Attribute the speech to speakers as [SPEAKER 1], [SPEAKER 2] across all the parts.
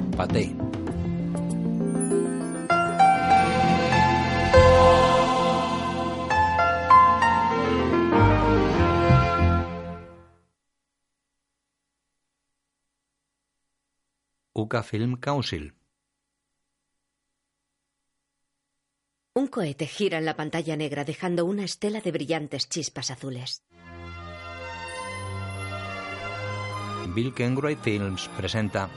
[SPEAKER 1] empate. UCA Film Council.
[SPEAKER 2] Un cohete gira en la pantalla negra dejando una estela de brillantes chispas azules.
[SPEAKER 1] Bill Kenwright Films presenta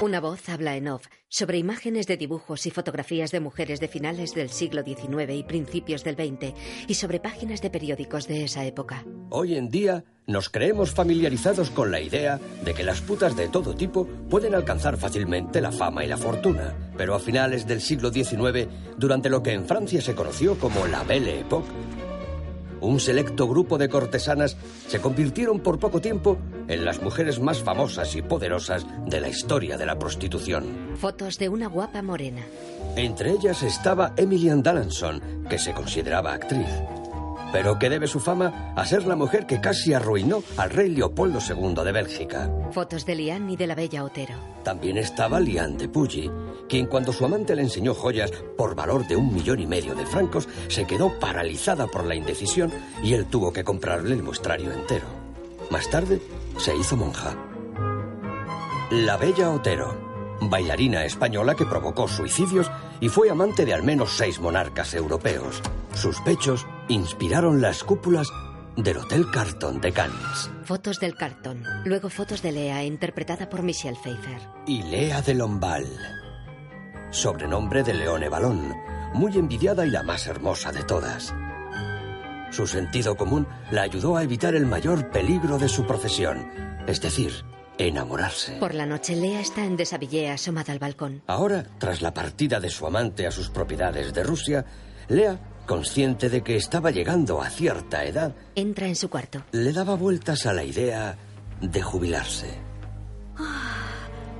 [SPEAKER 2] Una voz habla en off sobre imágenes de dibujos y fotografías de mujeres de finales del siglo XIX y principios del XX y sobre páginas de periódicos de esa época.
[SPEAKER 3] Hoy en día nos creemos familiarizados con la idea de que las putas de todo tipo pueden alcanzar fácilmente la fama y la fortuna, pero a finales del siglo XIX, durante lo que en Francia se conoció como la Belle Époque, un selecto grupo de cortesanas se convirtieron por poco tiempo en las mujeres más famosas y poderosas de la historia de la prostitución.
[SPEAKER 2] Fotos de una guapa morena.
[SPEAKER 3] Entre ellas estaba Emilian Dallanson, que se consideraba actriz, pero que debe su fama a ser la mujer que casi arruinó al rey Leopoldo II de Bélgica.
[SPEAKER 2] Fotos de Liane y de la bella Otero.
[SPEAKER 3] También estaba Liane de Puyi, quien cuando su amante le enseñó joyas por valor de un millón y medio de francos, se quedó paralizada por la indecisión y él tuvo que comprarle el muestrario entero. Más tarde, se hizo monja. La bella Otero, bailarina española que provocó suicidios y fue amante de al menos seis monarcas europeos. Sus pechos inspiraron las cúpulas del Hotel Carton de Cannes.
[SPEAKER 2] Fotos del cartón. Luego fotos de Lea, interpretada por Michelle Pfeiffer.
[SPEAKER 3] y Lea de Lombal, sobrenombre de Leone Balón, muy envidiada y la más hermosa de todas. Su sentido común la ayudó a evitar el mayor peligro de su profesión, es decir, enamorarse.
[SPEAKER 2] Por la noche, Lea está en deshabillé asomada al balcón.
[SPEAKER 3] Ahora, tras la partida de su amante a sus propiedades de Rusia, Lea, consciente de que estaba llegando a cierta edad,
[SPEAKER 2] Entra en su cuarto.
[SPEAKER 3] le daba vueltas a la idea de jubilarse.
[SPEAKER 4] Ah,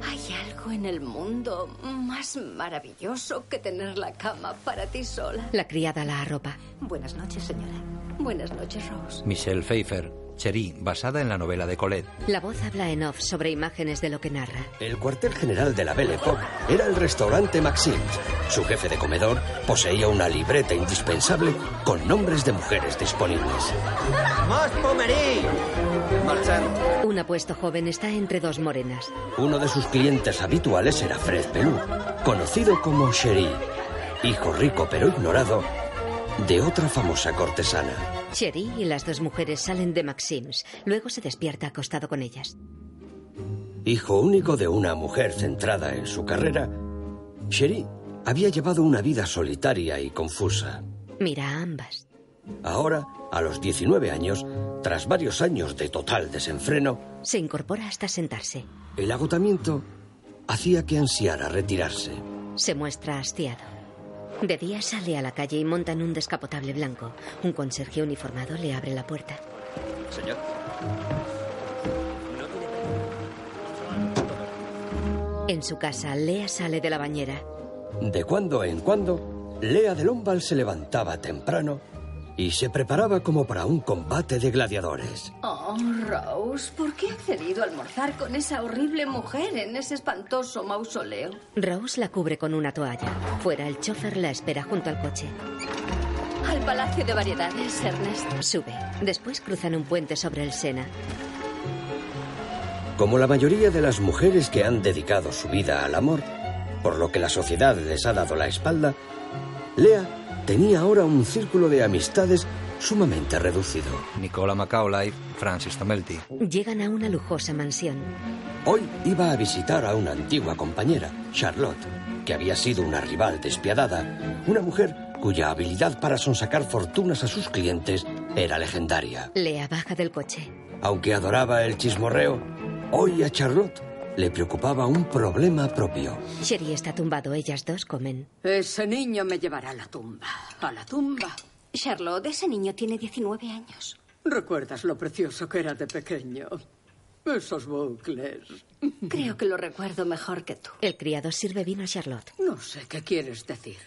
[SPEAKER 4] Hay algo en el mundo más maravilloso que tener la cama para ti sola.
[SPEAKER 2] La criada la arropa.
[SPEAKER 4] Buenas noches, señora. Buenas noches, Rose.
[SPEAKER 1] Michelle Pfeiffer, Cherie, basada en la novela de Colette.
[SPEAKER 2] La voz habla en off sobre imágenes de lo que narra.
[SPEAKER 3] El cuartel general de la Belle Époque era el restaurante Maxim. Su jefe de comedor poseía una libreta indispensable con nombres de mujeres disponibles.
[SPEAKER 5] ¡Más pomerí! Marchando.
[SPEAKER 2] Un apuesto joven está entre dos morenas.
[SPEAKER 3] Uno de sus clientes habituales era Fred Pelú, conocido como Cherie, hijo rico pero ignorado de otra famosa cortesana.
[SPEAKER 2] Cherie y las dos mujeres salen de Maxims. Luego se despierta acostado con ellas.
[SPEAKER 3] Hijo único de una mujer centrada en su carrera, Cherie había llevado una vida solitaria y confusa.
[SPEAKER 2] Mira a ambas.
[SPEAKER 3] Ahora, a los 19 años, tras varios años de total desenfreno,
[SPEAKER 2] Se incorpora hasta sentarse.
[SPEAKER 3] El agotamiento hacía que ansiara retirarse.
[SPEAKER 2] Se muestra hastiado. De día sale a la calle y monta en un descapotable blanco. Un conserje uniformado le abre la puerta.
[SPEAKER 5] Señor.
[SPEAKER 2] En su casa, Lea sale de la bañera.
[SPEAKER 3] De cuando en cuando, Lea de Lombal se levantaba temprano y se preparaba como para un combate de gladiadores.
[SPEAKER 4] Oh, Rose, ¿por qué ha cedido a almorzar con esa horrible mujer en ese espantoso mausoleo?
[SPEAKER 2] Rose la cubre con una toalla. Fuera, el chofer la espera junto al coche.
[SPEAKER 4] Al Palacio de Variedades, Ernest.
[SPEAKER 2] Sube. Después cruzan un puente sobre el Sena.
[SPEAKER 3] Como la mayoría de las mujeres que han dedicado su vida al amor, por lo que la sociedad les ha dado la espalda, Lea tenía ahora un círculo de amistades sumamente reducido.
[SPEAKER 1] Nicola Macaulay, Francis Tomelty.
[SPEAKER 2] Llegan a una lujosa mansión.
[SPEAKER 3] Hoy iba a visitar a una antigua compañera, Charlotte, que había sido una rival despiadada, una mujer cuya habilidad para sonsacar fortunas a sus clientes era legendaria.
[SPEAKER 2] Lea baja del coche.
[SPEAKER 3] Aunque adoraba el chismorreo, hoy a Charlotte le preocupaba un problema propio.
[SPEAKER 2] Sherry está tumbado. Ellas dos comen.
[SPEAKER 6] Ese niño me llevará a la tumba. A la tumba.
[SPEAKER 4] Charlotte, ese niño tiene 19 años.
[SPEAKER 6] ¿Recuerdas lo precioso que era de pequeño? Esos bucles.
[SPEAKER 4] Creo que lo recuerdo mejor que tú.
[SPEAKER 2] El criado sirve vino a Charlotte.
[SPEAKER 6] No sé qué quieres decir.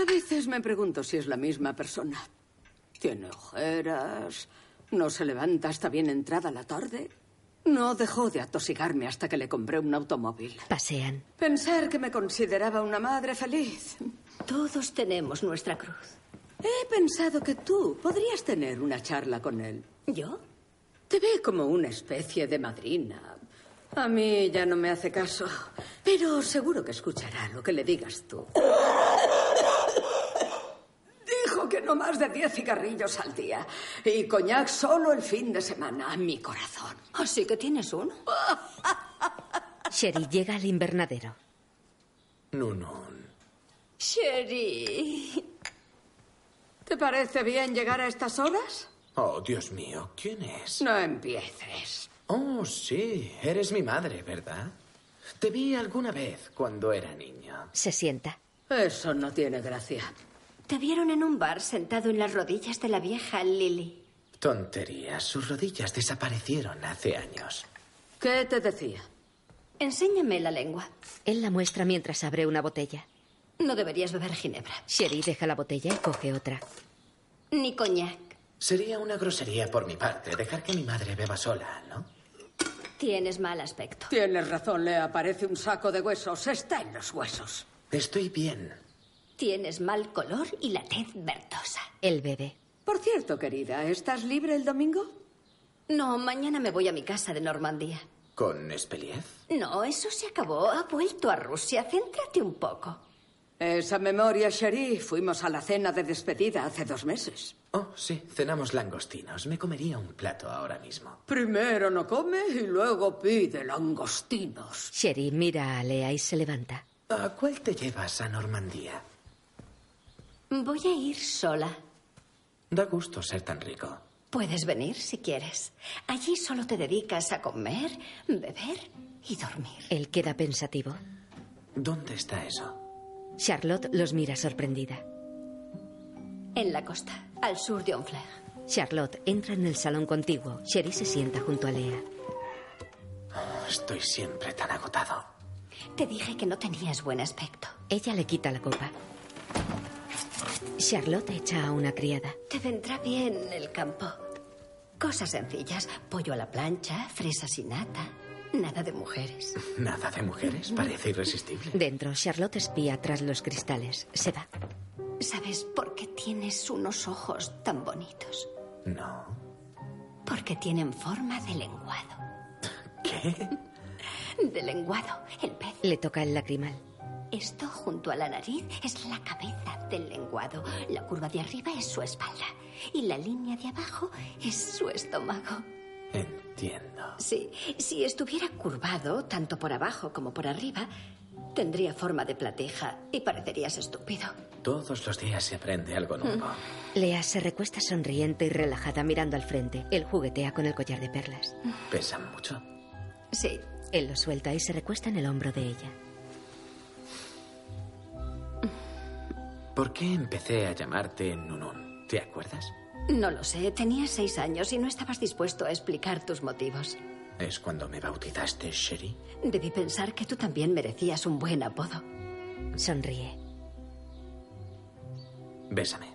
[SPEAKER 6] A veces me pregunto si es la misma persona. Tiene ojeras. No se levanta hasta bien entrada la tarde. No dejó de atosigarme hasta que le compré un automóvil.
[SPEAKER 2] Pasean.
[SPEAKER 6] Pensar que me consideraba una madre feliz.
[SPEAKER 4] Todos tenemos nuestra cruz.
[SPEAKER 6] He pensado que tú podrías tener una charla con él.
[SPEAKER 4] ¿Yo?
[SPEAKER 6] Te ve como una especie de madrina. A mí ya no me hace caso, pero seguro que escuchará lo que le digas tú. Dijo que no más de 10 cigarrillos al día y coñac solo el fin de semana, a mi corazón. Ah.
[SPEAKER 4] Así que tienes uno.
[SPEAKER 2] Sherry llega al invernadero.
[SPEAKER 7] No, no.
[SPEAKER 4] Sherry.
[SPEAKER 6] ¿Te parece bien llegar a estas horas?
[SPEAKER 7] Oh, Dios mío, ¿quién es?
[SPEAKER 6] No empieces.
[SPEAKER 7] Oh, sí, eres mi madre, ¿verdad? Te vi alguna vez cuando era niño.
[SPEAKER 2] Se sienta.
[SPEAKER 6] Eso no tiene gracia.
[SPEAKER 4] Te vieron en un bar sentado en las rodillas de la vieja Lily.
[SPEAKER 7] Tontería, sus rodillas desaparecieron hace años.
[SPEAKER 6] ¿Qué te decía?
[SPEAKER 4] Enséñame la lengua.
[SPEAKER 2] Él la muestra mientras abre una botella.
[SPEAKER 4] No deberías beber ginebra.
[SPEAKER 2] Sherry deja la botella y coge otra.
[SPEAKER 4] Ni coñac.
[SPEAKER 7] Sería una grosería por mi parte dejar que mi madre beba sola, ¿no?
[SPEAKER 4] Tienes mal aspecto.
[SPEAKER 6] Tienes razón, le aparece un saco de huesos. Está en los huesos.
[SPEAKER 7] Estoy bien.
[SPEAKER 4] Tienes mal color y la tez verdosa.
[SPEAKER 2] Él bebe.
[SPEAKER 6] Por cierto, querida, ¿estás libre el domingo?
[SPEAKER 4] No, mañana me voy a mi casa de Normandía.
[SPEAKER 7] ¿Con espeliez?
[SPEAKER 4] No, eso se acabó. Ah, Ha vuelto a Rusia. Céntrate un poco.
[SPEAKER 6] Esa memoria, Sherry. Fuimos a la cena de despedida hace dos meses.
[SPEAKER 7] Oh, sí, cenamos langostinos. Me comería un plato ahora mismo.
[SPEAKER 6] Primero no come y luego pide langostinos.
[SPEAKER 2] Sherry mira a Lea y se levanta.
[SPEAKER 7] ¿A cuál te llevas a Normandía?
[SPEAKER 4] Voy a ir sola.
[SPEAKER 7] Da gusto ser tan rico.
[SPEAKER 4] Puedes venir si quieres. Allí solo te dedicas a comer, beber y dormir.
[SPEAKER 2] Él queda pensativo.
[SPEAKER 7] ¿Dónde está eso?
[SPEAKER 2] Charlotte los mira sorprendida.
[SPEAKER 4] En la costa, al sur de Honfleur.
[SPEAKER 2] Charlotte entra en el salón contiguo. Sherry se sienta junto a Lea.
[SPEAKER 7] Estoy siempre tan agotado.
[SPEAKER 4] Te dije que no tenías buen aspecto.
[SPEAKER 2] Ella le quita la copa. Charlotte echa a una criada.
[SPEAKER 4] Te vendrá bien el campo. Cosas sencillas. Pollo a la plancha, fresas y nata. Nada de mujeres.
[SPEAKER 7] Nada de mujeres, parece irresistible.
[SPEAKER 2] Dentro, Charlotte espía tras los cristales. Se va.
[SPEAKER 4] ¿Sabes por qué tienes unos ojos tan bonitos?
[SPEAKER 7] No.
[SPEAKER 4] Porque tienen forma de lenguado.
[SPEAKER 7] ¿Qué?
[SPEAKER 4] De lenguado, el pez.
[SPEAKER 2] Le toca el lacrimal.
[SPEAKER 4] Esto junto a la nariz es la cabeza del lenguado. La curva de arriba es su espalda. Y la línea de abajo es su estómago.
[SPEAKER 7] Entiendo.
[SPEAKER 4] Sí, si estuviera curvado, tanto por abajo como por arriba, tendría forma de plateja y parecerías estúpido.
[SPEAKER 7] Todos los días se aprende algo nuevo.
[SPEAKER 4] Mm.
[SPEAKER 2] Lea se recuesta sonriente y relajada mirando al frente. Él juguetea con el collar de perlas.
[SPEAKER 7] Pesan mucho.
[SPEAKER 4] Sí,
[SPEAKER 2] Él lo suelta y se recuesta en el hombro de ella.
[SPEAKER 7] ¿Por qué empecé a llamarte Nunun? ¿Te acuerdas?
[SPEAKER 4] no lo sé. Tenías seis años y no estabas dispuesto a explicar tus motivos.
[SPEAKER 7] ¿Es cuando me bautizaste, Sherry?
[SPEAKER 4] Debí pensar que tú también merecías un buen apodo.
[SPEAKER 2] Sonríe.
[SPEAKER 7] Bésame.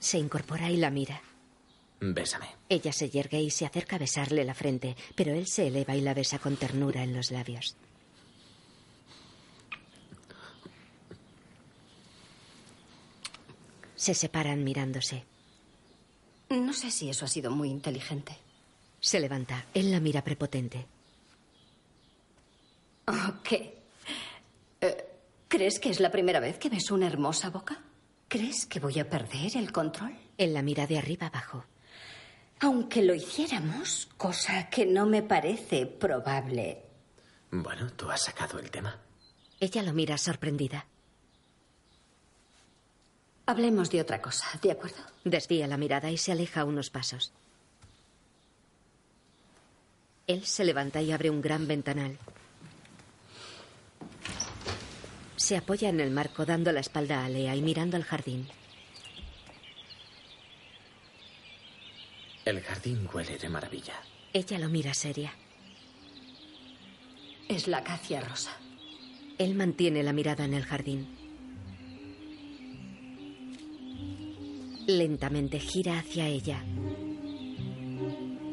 [SPEAKER 2] Se incorpora y la mira.
[SPEAKER 7] Bésame.
[SPEAKER 2] Ella se yergue y se acerca a besarle la frente, pero él se eleva y la besa con ternura en los labios. Se separan mirándose.
[SPEAKER 4] No sé si eso ha sido muy inteligente.
[SPEAKER 2] Se levanta. Él la mira prepotente.
[SPEAKER 4] ¿O qué? Eh, ¿Crees que es la primera vez que ves una hermosa boca? ¿Crees que voy a perder el control?
[SPEAKER 2] Él la mira de arriba abajo.
[SPEAKER 4] Aunque lo hiciéramos, cosa que no me parece probable.
[SPEAKER 7] Bueno, tú has sacado el tema.
[SPEAKER 2] Ella lo mira sorprendida.
[SPEAKER 4] Hablemos de otra cosa, ¿de acuerdo?
[SPEAKER 2] Desvía la mirada y se aleja unos pasos. Él se levanta y abre un gran ventanal. Se apoya en el marco dando la espalda a Lea y mirando al jardín.
[SPEAKER 7] El jardín huele de maravilla.
[SPEAKER 2] Ella lo mira seria.
[SPEAKER 4] Es la acacia rosa.
[SPEAKER 2] Él mantiene la mirada en el jardín. Lentamente gira hacia ella.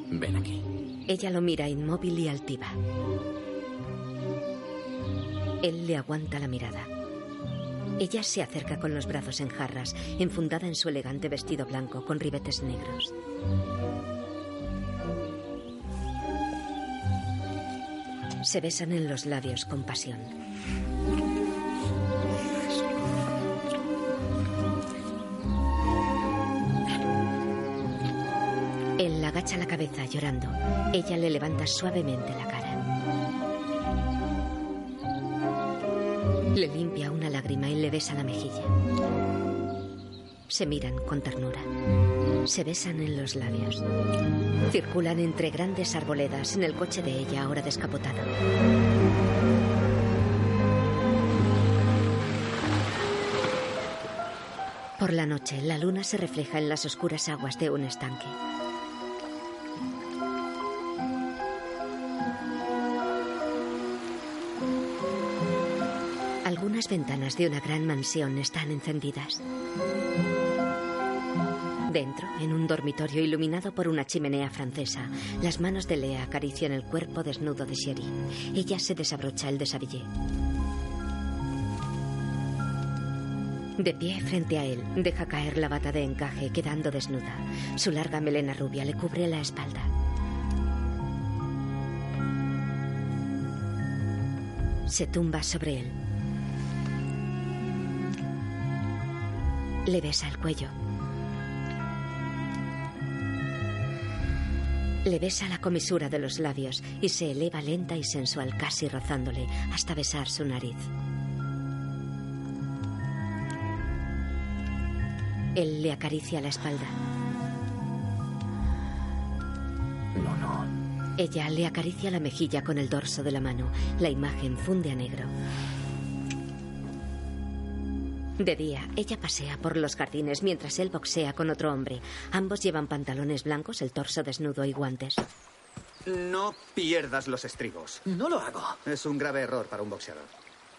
[SPEAKER 7] Ven aquí.
[SPEAKER 2] Ella lo mira inmóvil y altiva. Él le aguanta la mirada. Ella se acerca con los brazos en jarras, enfundada en su elegante vestido blanco con ribetes negros. Se besan en los labios con pasión. Él agacha la cabeza llorando. Ella le levanta suavemente la cara. Le limpia una lágrima y le besa la mejilla. Se miran con ternura. Se besan en los labios. Circulan entre grandes arboledas en el coche de ella ahora descapotado. Por la noche, la luna se refleja en las oscuras aguas de un estanque. Algunas ventanas de una gran mansión están encendidas. Dentro, en un dormitorio iluminado por una chimenea francesa, las manos de Lea acarician el cuerpo desnudo de Sherry. Ella se desabrocha el desabillé. De pie frente a él, deja caer la bata de encaje, quedando desnuda. Su larga melena rubia le cubre la espalda. Se tumba sobre él. Le besa el cuello. Le besa la comisura de los labios y se eleva lenta y sensual, casi rozándole, hasta besar su nariz. Él le acaricia la espalda.
[SPEAKER 7] No, no.
[SPEAKER 2] Ella le acaricia la mejilla con el dorso de la mano. La imagen funde a negro. De día, ella pasea por los jardines mientras él boxea con otro hombre. Ambos llevan pantalones blancos, el torso desnudo y guantes.
[SPEAKER 5] No pierdas los estribos.
[SPEAKER 7] No lo hago.
[SPEAKER 5] Es un grave error para un boxeador.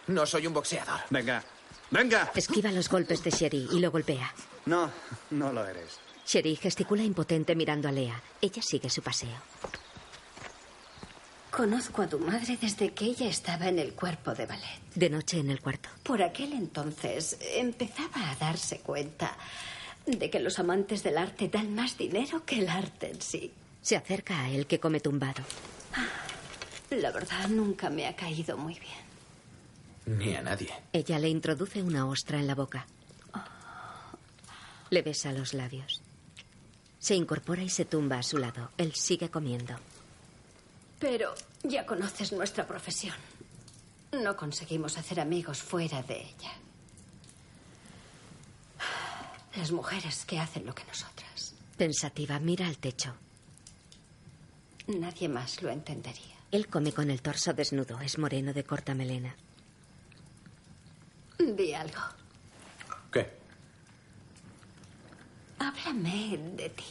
[SPEAKER 7] No soy un boxeador.
[SPEAKER 5] Venga, venga.
[SPEAKER 2] Esquiva los golpes de Sherry y lo golpea.
[SPEAKER 5] No, no lo eres.
[SPEAKER 2] Sherry gesticula impotente mirando a Lea. Ella sigue su paseo.
[SPEAKER 4] Conozco a tu madre desde que ella estaba en el cuerpo de ballet.
[SPEAKER 2] De noche en el cuarto.
[SPEAKER 4] Por aquel entonces empezaba a darse cuenta de que los amantes del arte dan más dinero que el arte en sí. Ah,
[SPEAKER 2] Se acerca a él que come tumbado.
[SPEAKER 4] La verdad nunca me ha caído muy bien.
[SPEAKER 7] Ni a nadie.
[SPEAKER 2] Ella le introduce una ostra en la boca. Le besa los labios. Se incorpora y se tumba a su lado. Él sigue comiendo.
[SPEAKER 4] Pero ya conoces nuestra profesión. No conseguimos hacer amigos fuera de ella. Las mujeres que hacen lo que nosotras.
[SPEAKER 2] Pensativa, mira al techo.
[SPEAKER 4] Nadie más lo entendería.
[SPEAKER 2] Él come con el torso desnudo. Es moreno de corta melena.
[SPEAKER 4] Di algo.
[SPEAKER 7] ¿Qué?
[SPEAKER 4] Háblame de ti.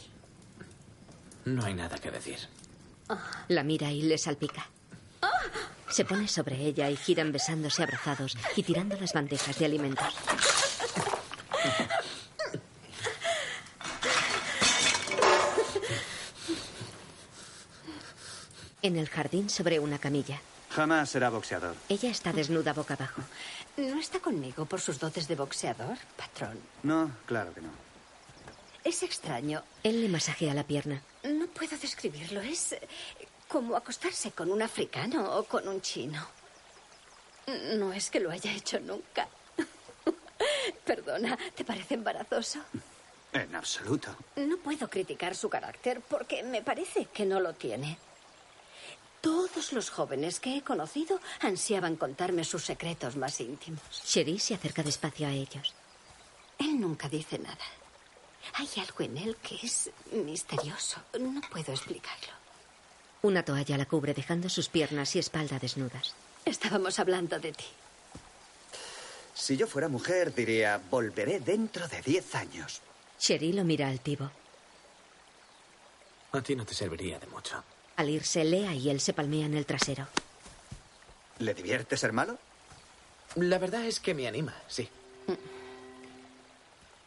[SPEAKER 7] No hay nada que decir.
[SPEAKER 2] Ah. La mira y le salpica.
[SPEAKER 4] Ah.
[SPEAKER 2] Se pone sobre ella y giran besándose abrazados y tirando las bandejas de alimentos. En el jardín sobre una camilla.
[SPEAKER 5] Jamás será boxeador.
[SPEAKER 2] Ella está desnuda boca abajo.
[SPEAKER 4] ¿No está conmigo por sus dotes de boxeador, patrón?
[SPEAKER 5] No, claro que no.
[SPEAKER 4] Es extraño.
[SPEAKER 2] Él le masajea la pierna.
[SPEAKER 4] No puedo describirlo. Es eh, como acostarse con un africano o con un chino. No es que lo haya hecho nunca. Perdona, ¿te parece embarazoso?
[SPEAKER 5] En absoluto.
[SPEAKER 4] No puedo criticar su carácter porque me parece que no lo tiene. Todos los jóvenes que he conocido ansiaban contarme sus secretos más íntimos.
[SPEAKER 2] Sherry se acerca despacio a ellos.
[SPEAKER 4] Él nunca dice nada. Hay algo en él que es misterioso. No puedo explicarlo.
[SPEAKER 2] Una toalla la cubre dejando sus piernas y espalda desnudas.
[SPEAKER 4] Estábamos hablando de ti.
[SPEAKER 5] Si yo fuera mujer, diría, volveré dentro de 10 años.
[SPEAKER 2] Sherry lo mira altivo.
[SPEAKER 7] A ti no te serviría de mucho.
[SPEAKER 2] Al irse, Lea y él se palmean el trasero.
[SPEAKER 5] ¿Le divierte ser malo?
[SPEAKER 7] La verdad es que me anima, sí.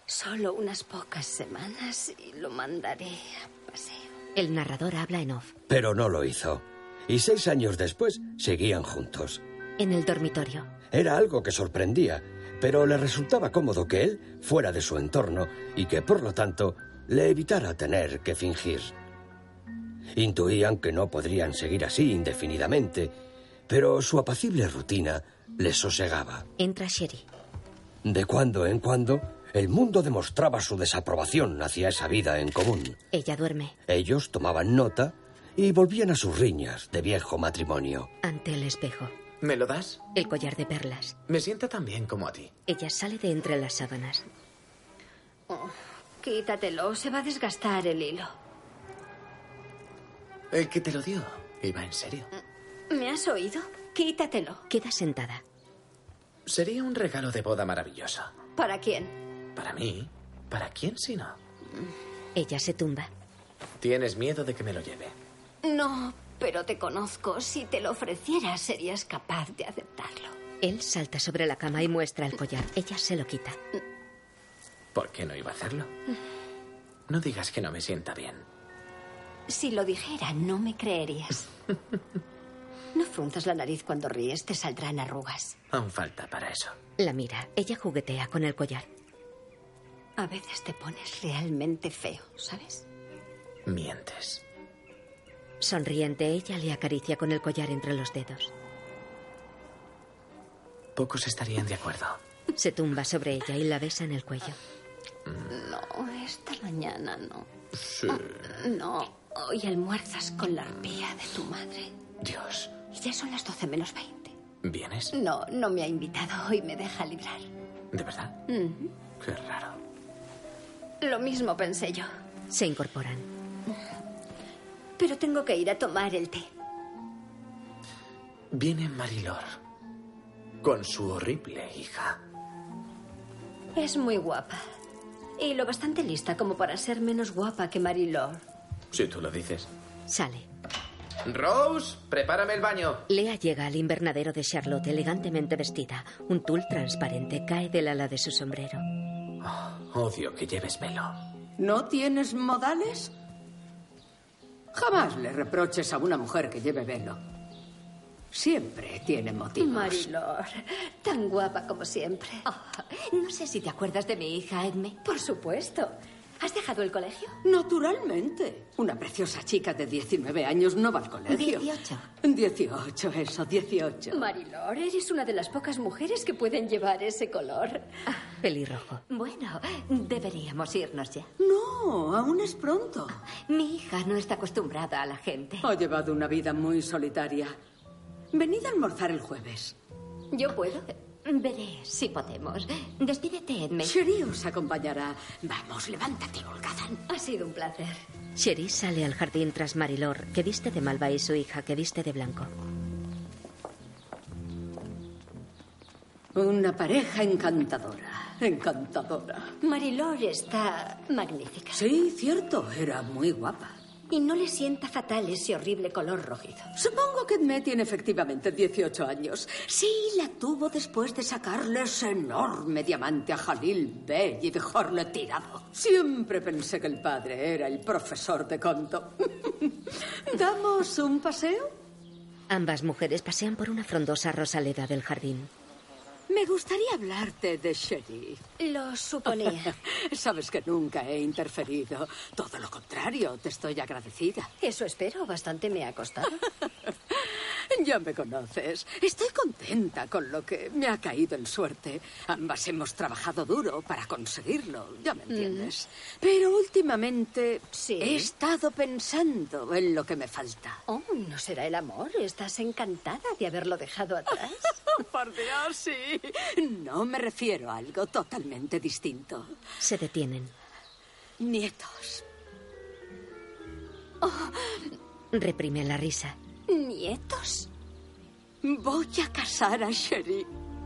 [SPEAKER 4] Solo unas pocas semanas y lo mandaré a paseo.
[SPEAKER 2] El narrador habla en off.
[SPEAKER 3] Pero no lo hizo. Y seis años después seguían juntos.
[SPEAKER 2] En el dormitorio.
[SPEAKER 3] Era algo que sorprendía, pero le resultaba cómodo que él fuera de su entorno y que, por lo tanto, le evitara tener que fingir. Intuían que no podrían seguir así indefinidamente, pero su apacible rutina les sosegaba.
[SPEAKER 2] Entra Sherry.
[SPEAKER 3] De cuando en cuando, el mundo demostraba su desaprobación hacia esa vida en común.
[SPEAKER 2] Ella duerme.
[SPEAKER 3] Ellos tomaban nota y volvían a sus riñas de viejo matrimonio.
[SPEAKER 2] Ante el espejo.
[SPEAKER 7] ¿Me lo das?
[SPEAKER 2] El collar de perlas.
[SPEAKER 7] Me sienta tan bien como a ti.
[SPEAKER 2] Ella sale de entre las sábanas.
[SPEAKER 4] Oh, quítatelo, se va a desgastar el hilo.
[SPEAKER 7] El Eh, que te lo dio iba en serio.
[SPEAKER 4] ¿Me has oído? Quítatelo.
[SPEAKER 2] Queda sentada.
[SPEAKER 7] Sería un regalo de boda maravilloso.
[SPEAKER 4] ¿Para quién?
[SPEAKER 7] Para mí, ¿para quién si no?
[SPEAKER 2] Ella se tumba.
[SPEAKER 7] Tienes miedo de que me lo lleve.
[SPEAKER 4] No, pero te conozco. Si te lo ofreciera, serías capaz de aceptarlo.
[SPEAKER 2] Él salta sobre la cama y muestra el collar. Ella se lo quita.
[SPEAKER 7] ¿Por qué no iba a hacerlo? No digas que no me sienta bien.
[SPEAKER 4] Si lo dijera, no me creerías. No frunzas la nariz cuando ríes, te saldrán arrugas.
[SPEAKER 7] Aún falta para eso.
[SPEAKER 2] La mira. Ella juguetea con el collar.
[SPEAKER 4] A veces te pones realmente feo, ¿sabes?
[SPEAKER 7] Mientes.
[SPEAKER 2] Sonriente, ella le acaricia con el collar entre los dedos.
[SPEAKER 7] Pocos estarían de acuerdo.
[SPEAKER 2] Se tumba sobre ella y la besa en el cuello.
[SPEAKER 4] No, esta mañana Ah, no.
[SPEAKER 7] Sí.
[SPEAKER 4] No, hoy almuerzas con la arpía de tu madre.
[SPEAKER 7] Dios,
[SPEAKER 4] Y ya son las 12 menos 20.
[SPEAKER 7] ¿vienes?
[SPEAKER 4] No, no me ha invitado. Hoy me deja librar. Mm,
[SPEAKER 7] ¿De verdad? Qué raro.
[SPEAKER 4] Lo mismo pensé yo.
[SPEAKER 2] Se incorporan.
[SPEAKER 4] Pero tengo que ir a tomar el té.
[SPEAKER 7] Viene Marilor con su horrible hija.
[SPEAKER 4] Es muy guapa. Y lo bastante lista como para ser menos guapa que Marilor.
[SPEAKER 7] Si tú lo dices.
[SPEAKER 2] Sale.
[SPEAKER 7] Rose, prepárame el baño.
[SPEAKER 2] Lea llega al invernadero de Charlotte elegantemente vestida. Un tul transparente cae del ala de su sombrero.
[SPEAKER 7] Odio que lleves velo.
[SPEAKER 6] ¿No tienes modales? Jamás le reproches a una mujer que lleve velo. Siempre tiene motivos.
[SPEAKER 4] Marilor, tan guapa como siempre. Oh, no sé si te acuerdas de mi hija, Edme. Por supuesto. ¿Has dejado el colegio?
[SPEAKER 6] Naturalmente. Una preciosa chica de 19 años no va al colegio.
[SPEAKER 4] 18.
[SPEAKER 6] 18, eso, 18.
[SPEAKER 4] Marilor, eres una de las pocas mujeres que pueden llevar ese color.
[SPEAKER 2] Pelirrojo.
[SPEAKER 8] Bueno, deberíamos irnos ya.
[SPEAKER 6] No, aún es pronto.
[SPEAKER 8] Mi hija no está acostumbrada a la gente.
[SPEAKER 6] Ha llevado una vida muy solitaria. Venid a almorzar el jueves.
[SPEAKER 4] ¿Yo puedo?
[SPEAKER 8] Veré si podemos. Despídete, Edme.
[SPEAKER 6] Cherie os acompañará. Vamos, levántate, holgazán.
[SPEAKER 4] Ha sido un placer.
[SPEAKER 2] Sherry sale al jardín tras Marilor, que viste de malva, y su hija, que viste de blanco.
[SPEAKER 6] Una pareja encantadora. Encantadora.
[SPEAKER 4] Marilor está magnífica.
[SPEAKER 6] Sí, cierto, era muy guapa.
[SPEAKER 4] Y no le sienta fatal ese horrible color rojizo.
[SPEAKER 6] Supongo que Edme tiene efectivamente 18 años. Sí, la tuvo después de sacarle ese enorme diamante a Jalil Bey y dejarle tirado. Siempre pensé que el padre era el profesor de conto. ¿Damos un paseo?
[SPEAKER 2] Ambas mujeres pasean por una frondosa rosaleda del jardín.
[SPEAKER 6] Me gustaría hablarte de Sherry.
[SPEAKER 4] Lo suponía.
[SPEAKER 6] Sabes que nunca he interferido. Todo lo contrario, te estoy agradecida.
[SPEAKER 4] Eso espero, bastante me ha costado.
[SPEAKER 6] Ya me conoces. Estoy contenta con lo que me ha caído en suerte. Ambas hemos trabajado duro para conseguirlo, ya me entiendes. Pero últimamente
[SPEAKER 4] Mm. Sí.
[SPEAKER 6] he estado pensando en lo que me falta.
[SPEAKER 4] Oh, ¿no será el amor? ¿Estás encantada de haberlo dejado atrás?
[SPEAKER 6] Por Dios, sí. No me refiero a algo totalmente distinto.
[SPEAKER 2] Se detienen.
[SPEAKER 6] Nietos. Oh,
[SPEAKER 2] Reprime la risa.
[SPEAKER 4] ¿Nietos?
[SPEAKER 6] Voy a casar a Sherry.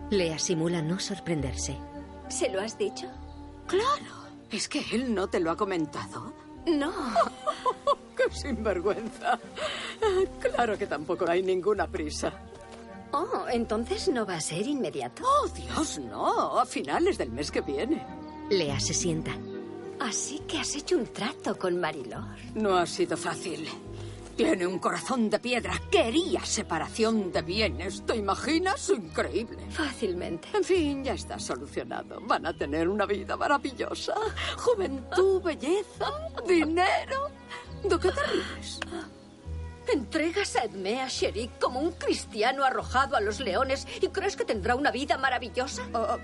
[SPEAKER 2] Lea simula no sorprenderse.
[SPEAKER 4] ¿Se lo has dicho?
[SPEAKER 6] Claro. Es que él no te lo ha comentado.
[SPEAKER 4] No.
[SPEAKER 6] ¡Qué sinvergüenza! Ah, Claro que tampoco hay ninguna prisa.
[SPEAKER 4] Oh, entonces no va a ser inmediato.
[SPEAKER 6] Oh, Dios, no. A finales del mes que viene.
[SPEAKER 2] Lea se sienta.
[SPEAKER 4] Así que has hecho un trato con Marilor.
[SPEAKER 6] No ha sido fácil. Tiene un corazón de piedra. Quería separación de bienes. ¿Te imaginas? Increíble.
[SPEAKER 4] Fácilmente.
[SPEAKER 6] En fin, ya está solucionado. Van a tener una vida maravillosa. Juventud, belleza, dinero. ¿De qué te ríes?
[SPEAKER 4] Entregas a Edme a Sherik como un cristiano arrojado a los leones y crees que tendrá una vida maravillosa.
[SPEAKER 6] Ah,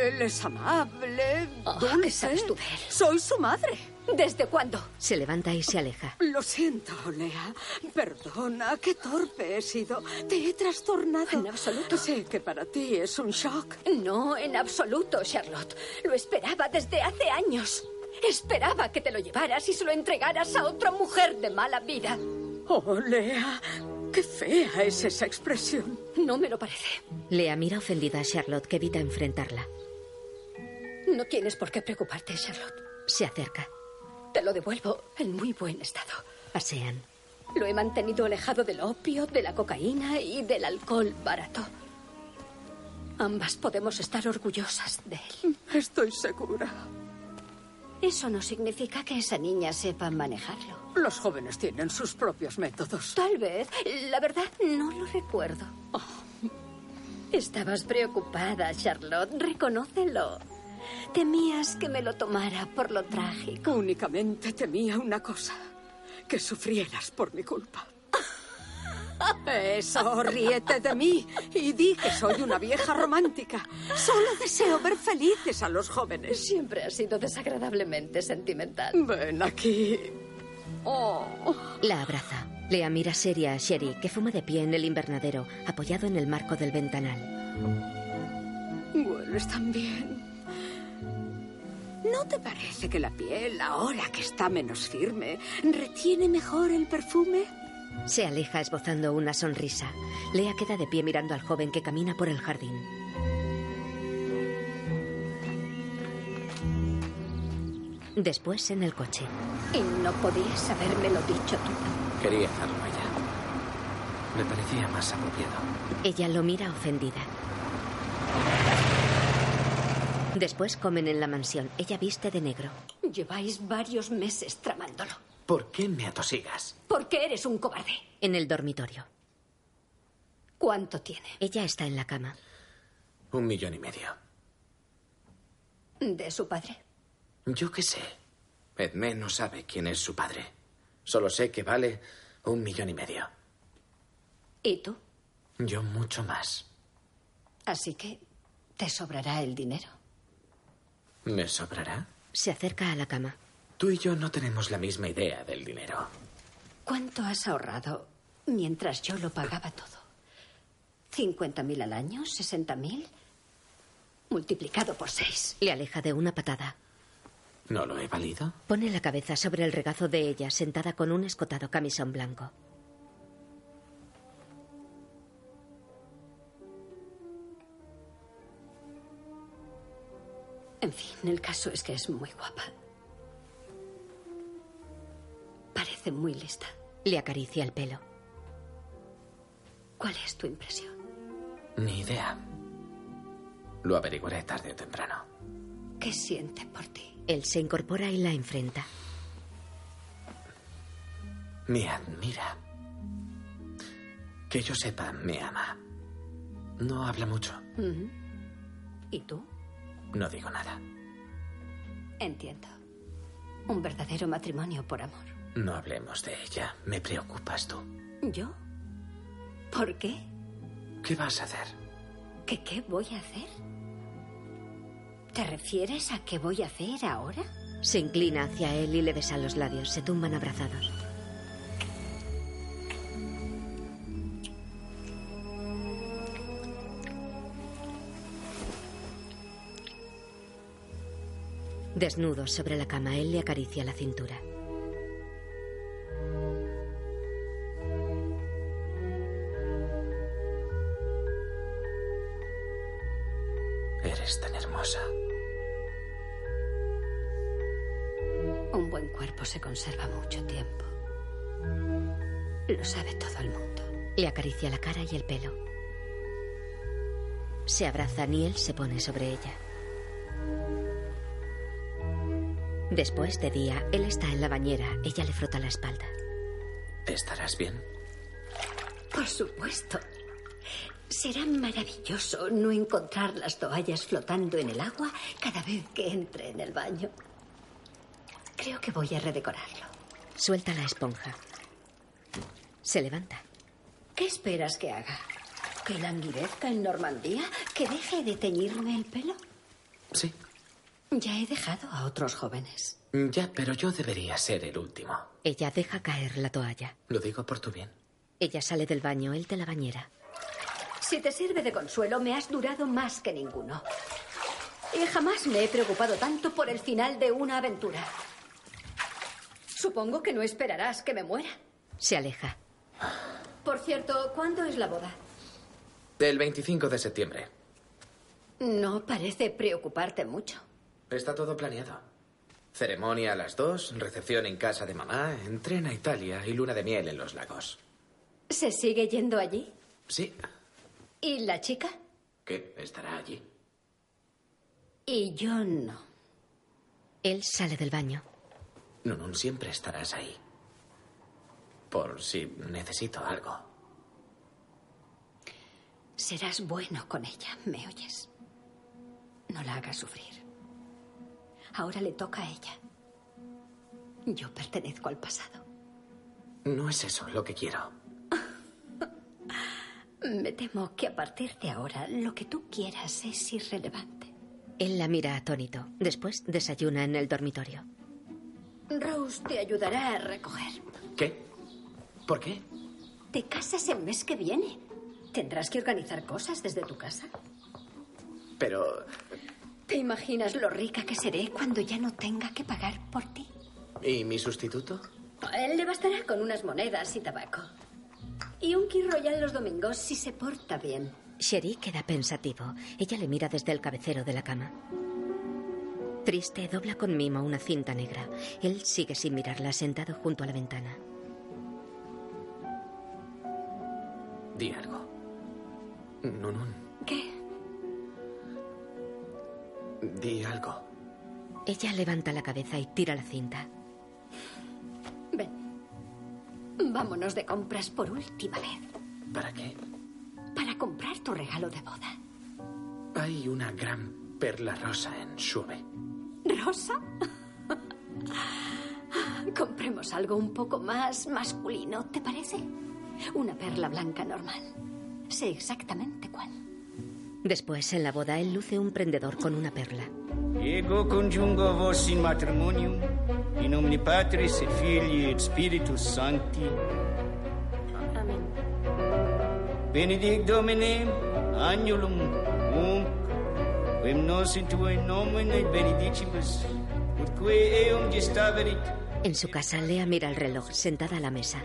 [SPEAKER 6] él es amable,
[SPEAKER 4] Ah,
[SPEAKER 6] dulce.
[SPEAKER 4] ¿qué sabes tú de él?
[SPEAKER 6] Soy su madre.
[SPEAKER 4] ¿Desde cuándo?
[SPEAKER 2] Se levanta y se aleja.
[SPEAKER 6] Lo siento, Lea. Perdona, qué torpe he sido. Te he trastornado.
[SPEAKER 4] En absoluto.
[SPEAKER 6] Sé que para ti es un shock.
[SPEAKER 4] No, en absoluto, Charlotte. Lo esperaba desde hace años. Esperaba que te lo llevaras y se lo entregaras a otra mujer de mala vida.
[SPEAKER 6] Oh, Lea, qué fea es esa expresión.
[SPEAKER 4] No me lo parece.
[SPEAKER 2] Lea mira ofendida a Charlotte que evita enfrentarla.
[SPEAKER 4] No tienes por qué preocuparte, Charlotte.
[SPEAKER 2] Se acerca.
[SPEAKER 4] Te lo devuelvo en muy buen estado.
[SPEAKER 2] Pasean.
[SPEAKER 4] Lo he mantenido alejado del opio, de la cocaína y del alcohol barato. Ambas podemos estar orgullosas de él.
[SPEAKER 6] Estoy segura.
[SPEAKER 4] Eso no significa que esa niña sepa manejarlo.
[SPEAKER 6] Los jóvenes tienen sus propios métodos.
[SPEAKER 4] Tal vez, la verdad, no lo recuerdo. Oh. Estabas preocupada, Charlotte, reconócelo. Temías que me lo tomara por lo trágico.
[SPEAKER 6] Únicamente temía una cosa, que sufrieras por mi culpa. Eso, ríete de mí y di que soy una vieja romántica. Solo deseo ver felices a los jóvenes.
[SPEAKER 4] Siempre has sido desagradablemente sentimental.
[SPEAKER 6] Ven aquí. Oh.
[SPEAKER 2] La abraza. Lea mira seria a Sherry, que fuma de pie en el invernadero, apoyado en el marco del ventanal.
[SPEAKER 6] Hueles tan bien. ¿No te parece que la piel, ahora que está menos firme, retiene mejor el perfume?
[SPEAKER 2] Se aleja esbozando una sonrisa. Lea queda de pie mirando al joven que camina por el jardín. Después en el coche.
[SPEAKER 4] Y no podías habérmelo dicho tú.
[SPEAKER 7] Quería hacerlo ella. Me parecía más apropiado.
[SPEAKER 2] Ella lo mira ofendida. Después comen en la mansión. Ella viste de negro.
[SPEAKER 4] Lleváis varios meses tramándolo.
[SPEAKER 7] ¿Por qué me atosigas?
[SPEAKER 4] Porque eres un cobarde.
[SPEAKER 2] En el dormitorio.
[SPEAKER 4] ¿Cuánto tiene?
[SPEAKER 2] Ella está en la cama.
[SPEAKER 7] Un millón y medio.
[SPEAKER 4] ¿De su padre?
[SPEAKER 7] Yo qué sé. Edme no sabe quién es su padre. Solo sé que vale un millón y medio.
[SPEAKER 4] ¿Y tú?
[SPEAKER 7] Yo mucho más.
[SPEAKER 4] Así que te sobrará el dinero.
[SPEAKER 7] ¿Me sobrará?
[SPEAKER 2] Se acerca a la cama.
[SPEAKER 7] Tú y yo no tenemos la misma idea del dinero.
[SPEAKER 4] ¿Cuánto has ahorrado mientras yo lo pagaba todo? ¿50.000 al año? ¿60.000? Multiplicado por seis.
[SPEAKER 2] Le aleja de una patada.
[SPEAKER 7] ¿No lo he valido?
[SPEAKER 2] Pone la cabeza sobre el regazo de ella, sentada con un escotado camisón blanco.
[SPEAKER 4] En fin, el caso es que es muy guapa. Parece muy lista.
[SPEAKER 2] Le acaricia el pelo.
[SPEAKER 4] ¿Cuál es tu impresión?
[SPEAKER 7] Ni idea. Lo averiguaré tarde o temprano.
[SPEAKER 4] ¿Qué siente por ti?
[SPEAKER 2] Él se incorpora y la enfrenta.
[SPEAKER 7] Me admira. Que yo sepa, me ama. No habla mucho.
[SPEAKER 4] ¿Y tú?
[SPEAKER 7] No digo nada.
[SPEAKER 4] Entiendo. Un verdadero matrimonio por amor.
[SPEAKER 7] No hablemos de ella. Me preocupas tú.
[SPEAKER 4] ¿Yo? ¿Por qué?
[SPEAKER 7] ¿Qué vas a hacer?
[SPEAKER 4] ¿Qué qué voy a hacer? ¿Te refieres a qué voy a hacer ahora?
[SPEAKER 2] Se inclina hacia él y le besa los labios. Se tumban abrazados. Desnudo sobre la cama, él le acaricia la cintura.
[SPEAKER 7] Eres tan hermosa.
[SPEAKER 4] Un buen cuerpo se conserva mucho tiempo. Lo sabe todo el mundo.
[SPEAKER 2] Le acaricia la cara y el pelo. Se abrazan y él se pone sobre ella. Después de día, él está en la bañera. Ella le frota la espalda.
[SPEAKER 7] ¿Estarás bien?
[SPEAKER 4] Por supuesto. Será maravilloso no encontrar las toallas flotando en el agua cada vez que entre en el baño. Creo que voy a redecorarlo.
[SPEAKER 2] Suelta la esponja. Se levanta.
[SPEAKER 4] ¿Qué esperas que haga? ¿Que languidezca en Normandía? ¿Que deje de teñirme el pelo?
[SPEAKER 7] Sí.
[SPEAKER 4] Ya he dejado a otros jóvenes.
[SPEAKER 7] Mm, Ya, pero yo debería ser el último.
[SPEAKER 2] Ella deja caer la toalla.
[SPEAKER 7] Lo digo por tu bien.
[SPEAKER 2] Ella sale del baño, él de la bañera.
[SPEAKER 4] Si te sirve de consuelo, me has durado más que ninguno. Y jamás me he preocupado tanto por el final de una aventura. Supongo que no esperarás que me muera.
[SPEAKER 2] Se aleja.
[SPEAKER 4] Por cierto, ¿cuándo es la boda?
[SPEAKER 7] Del 25 de septiembre.
[SPEAKER 4] No parece preocuparte mucho.
[SPEAKER 7] Está todo planeado. Ceremonia a las dos, recepción en casa de mamá, entrena a Italia y luna de miel en los lagos.
[SPEAKER 4] ¿Se sigue yendo allí?
[SPEAKER 7] Sí.
[SPEAKER 4] ¿Y la chica?
[SPEAKER 7] ¿Qué? ¿Estará allí?
[SPEAKER 4] Y yo no.
[SPEAKER 2] Él sale del baño.
[SPEAKER 7] No, no, siempre estarás ahí. Por si necesito algo.
[SPEAKER 4] Serás bueno con ella, ¿me oyes? No la hagas sufrir. Ahora le toca a ella. Yo pertenezco al pasado.
[SPEAKER 7] No es eso lo que quiero.
[SPEAKER 4] Me temo que a partir de ahora lo que tú quieras es irrelevante.
[SPEAKER 2] Él la mira atónito. Después desayuna en el dormitorio.
[SPEAKER 4] Rose te ayudará a recoger.
[SPEAKER 7] ¿Qué? ¿Por qué?
[SPEAKER 4] Te casas el mes que viene. Tendrás que organizar cosas desde tu casa.
[SPEAKER 7] Pero...
[SPEAKER 4] ¿Te imaginas lo rica que seré cuando ya no tenga que pagar por ti?
[SPEAKER 7] ¿Y mi sustituto?
[SPEAKER 4] A él le bastará con unas monedas y tabaco. Y un key royal los domingos si se porta bien.
[SPEAKER 2] Sherry queda pensativo. Ella le mira desde el cabecero de la cama. Triste dobla con mimo una cinta negra. Él sigue sin mirarla sentado junto a la ventana.
[SPEAKER 7] Di algo. No, no.
[SPEAKER 4] ¿Qué?
[SPEAKER 7] Di algo.
[SPEAKER 2] Ella levanta la cabeza y tira la cinta.
[SPEAKER 4] Ven. Vámonos de compras por última vez.
[SPEAKER 7] ¿Para qué?
[SPEAKER 4] Para comprar tu regalo de boda.
[SPEAKER 7] Hay una gran perla rosa en Suave.
[SPEAKER 4] ¿Rosa? Compremos algo un poco más masculino, ¿te parece? Una perla blanca normal. Sé exactamente cuál.
[SPEAKER 2] Después, en la boda, él luce un prendedor con una perla.
[SPEAKER 9] Ego conjungo vos in matrimonium, in nomine Patris et Filii et Spiritus Sancti. Benedic Domine, annulum nunc, quem nos in tuo nomine benedicimus, utque eum gestaverit,
[SPEAKER 2] En su casa, Lea mira el reloj sentada a la mesa.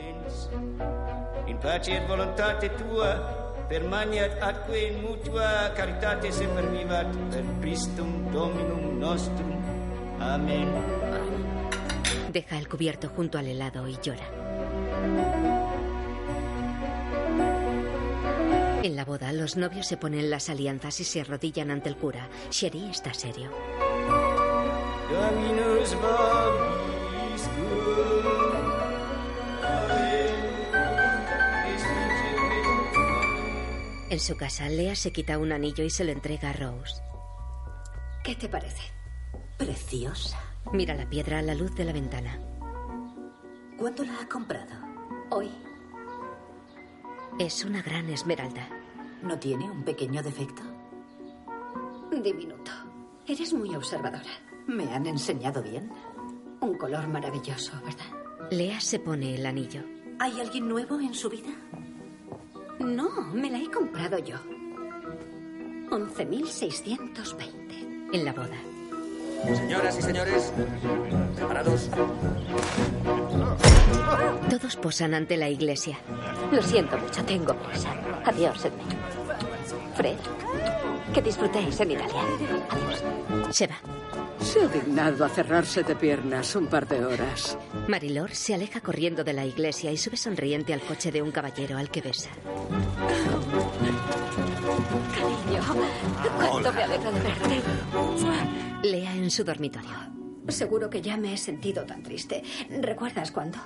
[SPEAKER 9] in pace et voluntate tua, permaniat atque in mutua caritate supervivat per Christum Dominum nostrum. Amen.
[SPEAKER 2] Deja el cubierto junto al helado y llora. En la boda, los novios se ponen las alianzas y se arrodillan ante el cura. Sherry está serio.
[SPEAKER 9] Dominus vobiscum.
[SPEAKER 2] En su casa, Lea se quita un anillo y se lo entrega a Rose.
[SPEAKER 4] ¿Qué te parece? Preciosa.
[SPEAKER 2] Mira la piedra a la luz de la ventana.
[SPEAKER 4] ¿Cuándo la ha comprado? Hoy.
[SPEAKER 2] Es una gran esmeralda.
[SPEAKER 10] ¿No tiene un pequeño defecto?
[SPEAKER 4] Diminuto. Eres muy observadora.
[SPEAKER 10] Me han enseñado bien.
[SPEAKER 4] Un color maravilloso, ¿verdad?
[SPEAKER 2] Lea se pone el anillo.
[SPEAKER 10] ¿Hay alguien nuevo en su vida?
[SPEAKER 4] No, me la he comprado yo. 11.620.
[SPEAKER 2] En la boda.
[SPEAKER 5] Señoras y señores, preparados.
[SPEAKER 2] Todos posan ante la iglesia.
[SPEAKER 10] Lo siento mucho, tengo prisa. Adiós, Edmund. Fred, que disfrutéis en Italia. Adiós.
[SPEAKER 2] Se va.
[SPEAKER 6] Se ha dignado a cerrarse de piernas un par de horas.
[SPEAKER 2] Marilor se aleja corriendo de la iglesia y sube sonriente al coche de un caballero al que besa.
[SPEAKER 10] Cariño, cuánto me alegro de verte.
[SPEAKER 2] Lea en su dormitorio.
[SPEAKER 4] Seguro que ya me he sentido tan triste. ¿Recuerdas cuándo?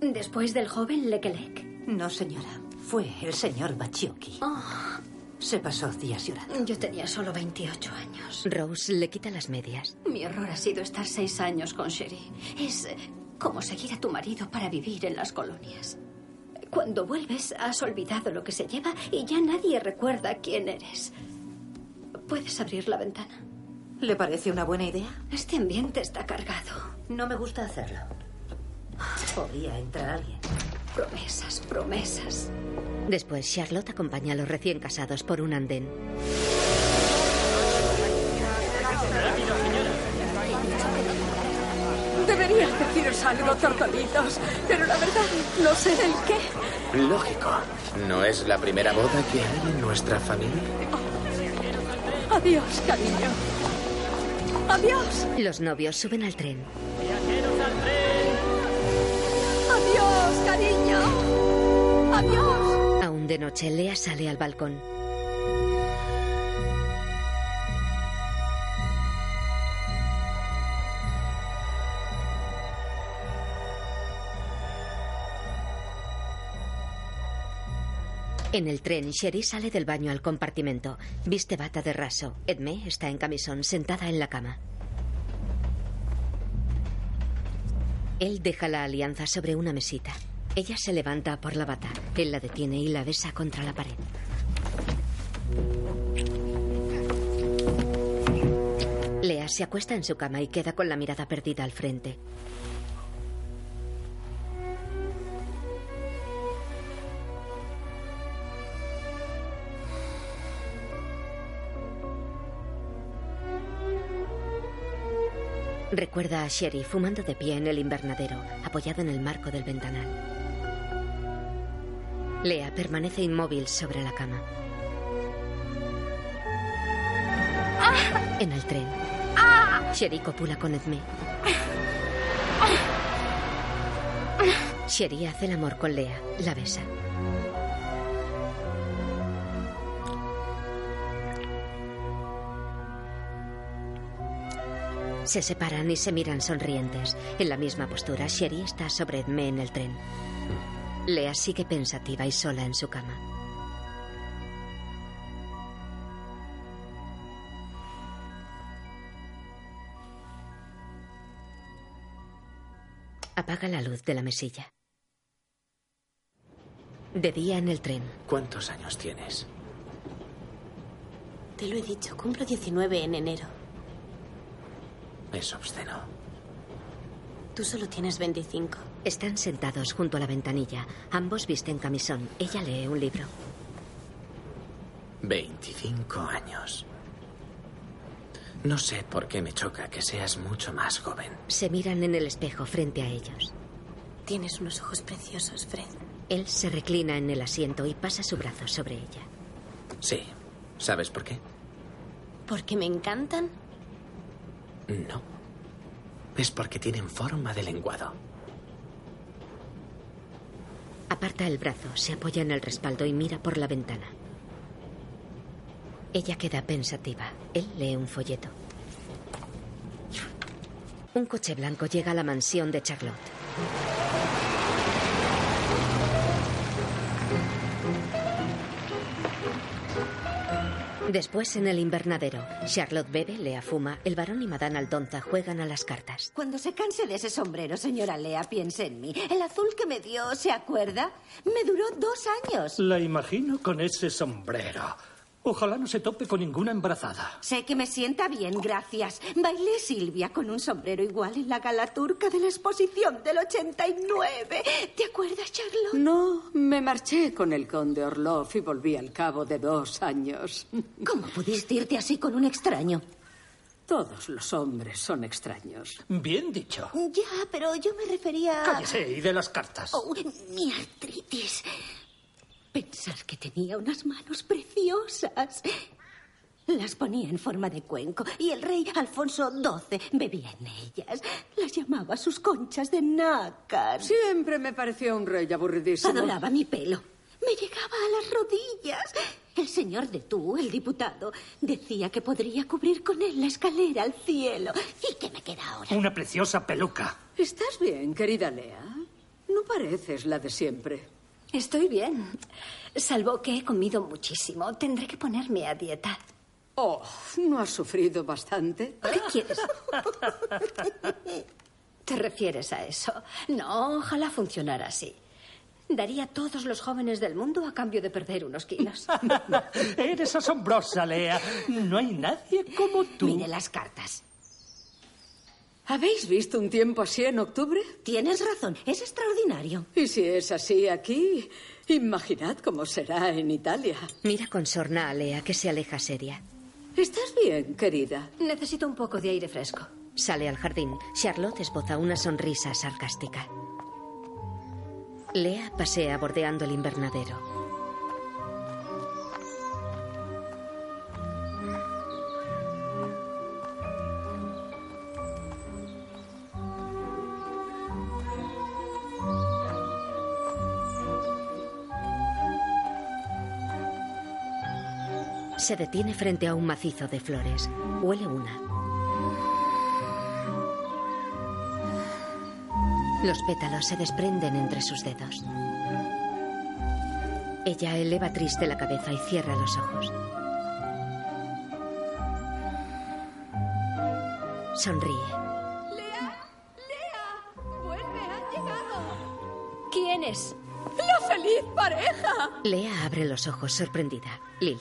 [SPEAKER 4] Después del joven Lekelec.
[SPEAKER 11] No, señora. Fue el señor Bachioki. Se pasó días llorando.
[SPEAKER 4] Oh, Yo tenía solo 28 años.
[SPEAKER 2] Rose le quita las medias.
[SPEAKER 4] Mi error ha sido estar seis años con Sherry. Es eh, como seguir a tu marido para vivir en las colonias. Cuando vuelves has olvidado lo que se lleva y ya nadie recuerda quién eres. ¿Puedes abrir la ventana?
[SPEAKER 11] ¿Le parece una buena idea?
[SPEAKER 4] Este ambiente está cargado.
[SPEAKER 11] No me gusta hacerlo. Podía entrar alguien.
[SPEAKER 4] Promesas, promesas.
[SPEAKER 2] Después, Charlotte acompaña a los recién casados por un andén.
[SPEAKER 6] Debería deciros algo, tortolitos, pero la verdad no sé el qué.
[SPEAKER 7] Lógico. ¿No es la primera boda que hay en nuestra familia?
[SPEAKER 6] Adiós, cariño. Adiós.
[SPEAKER 2] Los novios suben al tren.
[SPEAKER 6] Adiós, cariño. Adiós.
[SPEAKER 2] Aún de noche, Lea sale al balcón. En el tren, Sherry sale del baño al compartimento. Viste bata de raso. Edme está en camisón, sentada en la cama. Él deja la alianza sobre una mesita. Ella se levanta por la bata. Él la detiene y la besa contra la pared. Lea se acuesta en su cama y queda con la mirada perdida al frente. Recuerda a Sherry fumando de pie en el invernadero, apoyado en el marco del ventanal. Lea permanece inmóvil sobre la cama. En el tren, Sherry copula con Edme. Sherry hace el amor con Lea, la besa. Se separan y se miran sonrientes. En la misma postura, Sherry está sobre Edme en el tren. Lea sigue pensativa y sola en su cama. Apaga la luz de la mesilla. De día en el tren.
[SPEAKER 7] ¿Cuántos años tienes?
[SPEAKER 10] Te lo he dicho, cumplo 19 en enero.
[SPEAKER 7] Es obsceno.
[SPEAKER 10] Tú solo tienes 25.
[SPEAKER 2] Están sentados junto a la ventanilla. Ambos visten camisón. Ella lee un libro.
[SPEAKER 7] 25 años. No sé por qué me choca que seas mucho más joven.
[SPEAKER 2] Se miran en el espejo frente a ellos.
[SPEAKER 10] Tienes unos ojos preciosos, Fred.
[SPEAKER 2] Él se reclina en el asiento y pasa su brazo sobre ella.
[SPEAKER 7] Sí. ¿Sabes por qué?
[SPEAKER 10] Porque me encantan.
[SPEAKER 7] No. Es porque tienen forma de lenguado.
[SPEAKER 2] Aparta el brazo, se apoya en el respaldo y mira por la ventana. Ella queda pensativa. Él lee un folleto. Un coche blanco llega a la mansión de Charlotte. Después, en el invernadero, Charlotte bebe, Lea fuma, el varón y Madame Aldonza juegan a las cartas.
[SPEAKER 12] Cuando se canse de ese sombrero, señora Lea, piense en mí. El azul que me dio, ¿se acuerda? Me duró dos años.
[SPEAKER 13] La imagino con ese sombrero. Ojalá no se tope con ninguna embarazada.
[SPEAKER 12] Sé que me sienta bien, gracias. Bailé Silvia con un sombrero igual en la gala turca de la exposición del 89. ¿Te acuerdas, Charlotte?
[SPEAKER 6] No, me marché con el conde Orlov y volví al cabo de dos años.
[SPEAKER 12] ¿Cómo pudiste irte así con un extraño?
[SPEAKER 6] Todos los hombres son extraños.
[SPEAKER 13] Bien dicho.
[SPEAKER 12] Ya, pero yo me refería... a-
[SPEAKER 13] Cállese y de las cartas.
[SPEAKER 12] Oh, mi artritis. Pensar que tenía unas manos preciosas. Las ponía en forma de cuenco y el rey Alfonso XII bebía en ellas. Las llamaba sus conchas de nácar.
[SPEAKER 6] Siempre me pareció un rey aburridísimo.
[SPEAKER 12] Adoraba mi pelo. Me llegaba a las rodillas. El señor de tú, el diputado, decía que podría cubrir con él la escalera al cielo. ¿Y qué me queda ahora?
[SPEAKER 13] Una preciosa peluca.
[SPEAKER 6] ¿Estás bien, querida Lea? No pareces la de siempre.
[SPEAKER 4] Estoy bien. Salvo que he comido muchísimo. Tendré que ponerme a dieta.
[SPEAKER 6] Oh, ¿no has sufrido bastante?
[SPEAKER 4] ¿Qué quieres? ¿Te refieres a eso? No, ojalá funcionara así. Daría a todos los jóvenes del mundo a cambio de perder unos kilos.
[SPEAKER 13] Eres asombrosa, Lea. No hay nadie como tú.
[SPEAKER 4] Mire las cartas.
[SPEAKER 6] ¿Habéis visto un tiempo así en octubre?
[SPEAKER 12] Tienes razón, es extraordinario.
[SPEAKER 6] Y si es así aquí, imaginad cómo será en Italia.
[SPEAKER 2] Mira con sorna a Lea, que se aleja seria.
[SPEAKER 6] ¿Estás bien, querida?
[SPEAKER 4] Necesito un poco de aire fresco.
[SPEAKER 2] Sale al jardín. Charlotte esboza una sonrisa sarcástica. Lea pasea bordeando el invernadero. Se detiene frente a un macizo de flores. Huele una. Los pétalos se desprenden entre sus dedos. Ella eleva triste la cabeza y cierra los ojos. Sonríe.
[SPEAKER 14] ¡Lea! ¡Lea! ¡Vuelve! ¡Han llegado!
[SPEAKER 4] ¿Quién es?
[SPEAKER 14] ¡La feliz pareja!
[SPEAKER 2] Lea abre los ojos sorprendida. Lily.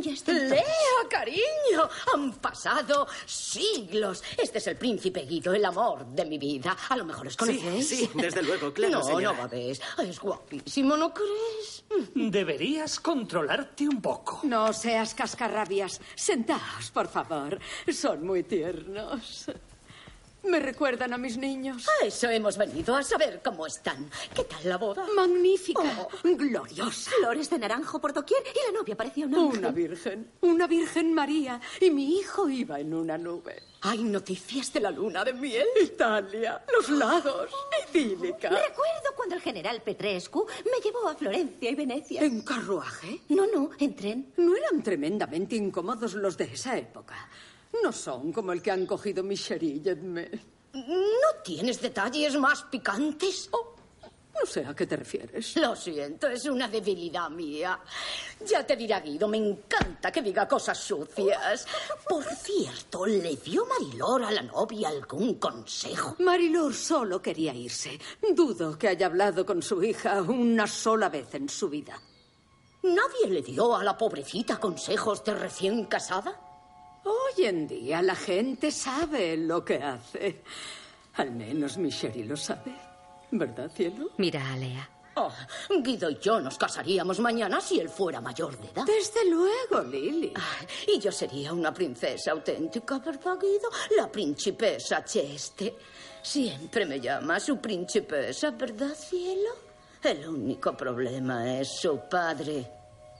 [SPEAKER 15] Ya está Lea, cariño, han pasado siglos. Este es el príncipe Guido, el amor de mi vida. A lo mejor os conocéis.
[SPEAKER 5] Sí, sí, desde luego, claro,
[SPEAKER 15] No,
[SPEAKER 5] señora.
[SPEAKER 15] no va a ver. Es guapísimo, ¿no crees?
[SPEAKER 13] Deberías controlarte un poco.
[SPEAKER 6] No seas cascarrabias. Sentaos, por favor. Son muy tiernos. Me recuerdan a mis niños.
[SPEAKER 15] A eso hemos venido, a saber cómo están. ¿Qué tal la boda? Oh,
[SPEAKER 6] Magnífica.
[SPEAKER 15] gloriosa.
[SPEAKER 12] Flores de naranjo por doquier y la novia parecía una.
[SPEAKER 6] Una virgen. Una virgen María. Y mi hijo iba en una nube.
[SPEAKER 15] Hay noticias de la luna de miel.
[SPEAKER 6] Italia, los lagos, idílica.
[SPEAKER 12] Recuerdo cuando el general Petrescu me llevó a Florencia y Venecia.
[SPEAKER 6] ¿En carruaje?
[SPEAKER 12] No, no, en tren.
[SPEAKER 6] No eran tremendamente incómodos los de esa época. No son como el que han cogido mi Cherie y Edmé.
[SPEAKER 15] ¿No tienes detalles más picantes?
[SPEAKER 6] Oh, no sé a qué te refieres.
[SPEAKER 15] Lo siento, es una debilidad mía. Ya te dirá Guido, me encanta que diga cosas sucias. Por cierto, ¿le dio Marilor a la novia algún consejo?
[SPEAKER 6] Marilor solo quería irse. Dudo que haya hablado con su hija una sola vez en su vida.
[SPEAKER 15] ¿Nadie le dio a la pobrecita consejos de recién casada?
[SPEAKER 6] Hoy en día la gente sabe lo que hace. Al menos mi Sherry lo sabe. ¿Verdad, cielo?
[SPEAKER 2] Mira a Lea.
[SPEAKER 15] Oh, Guido y yo nos casaríamos mañana si él fuera mayor de edad.
[SPEAKER 6] Desde luego, Lily.
[SPEAKER 15] Ah, Y yo sería una princesa auténtica, ¿verdad, Guido? La principesa Cheste. Siempre me llama su principesa, ¿verdad, cielo? El único problema es su padre.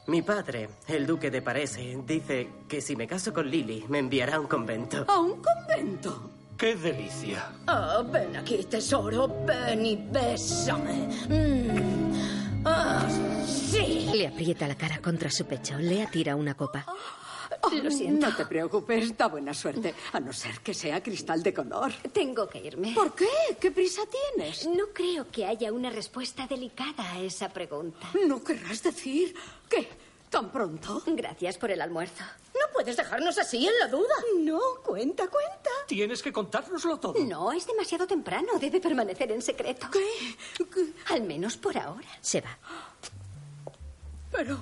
[SPEAKER 16] Mi padre, el duque de Parese, dice que si me caso con Lily, me enviará a un convento.
[SPEAKER 6] ¿A un convento?
[SPEAKER 13] ¡Qué delicia!
[SPEAKER 15] Ah, ven aquí, tesoro, ven y bésame. Mm. Ah, sí.
[SPEAKER 2] Le aprieta la cara contra su pecho. Lea tira una copa.
[SPEAKER 6] lo siento. Oh, No te preocupes, da buena suerte. A no ser que sea cristal de color.
[SPEAKER 4] Tengo que irme.
[SPEAKER 6] ¿Por qué? ¿Qué prisa tienes?
[SPEAKER 4] No creo que haya una respuesta delicada a esa pregunta.
[SPEAKER 6] ¿No querrás decir qué? ¿Tan pronto?
[SPEAKER 4] Gracias por el almuerzo.
[SPEAKER 15] No puedes dejarnos así en la duda.
[SPEAKER 6] No, cuenta, cuenta.
[SPEAKER 13] Tienes que contárnoslo todo.
[SPEAKER 4] No, es demasiado temprano. Debe permanecer en secreto.
[SPEAKER 6] ¿Qué? ¿Qué?
[SPEAKER 4] Al menos por ahora.
[SPEAKER 2] Se va.
[SPEAKER 6] Pero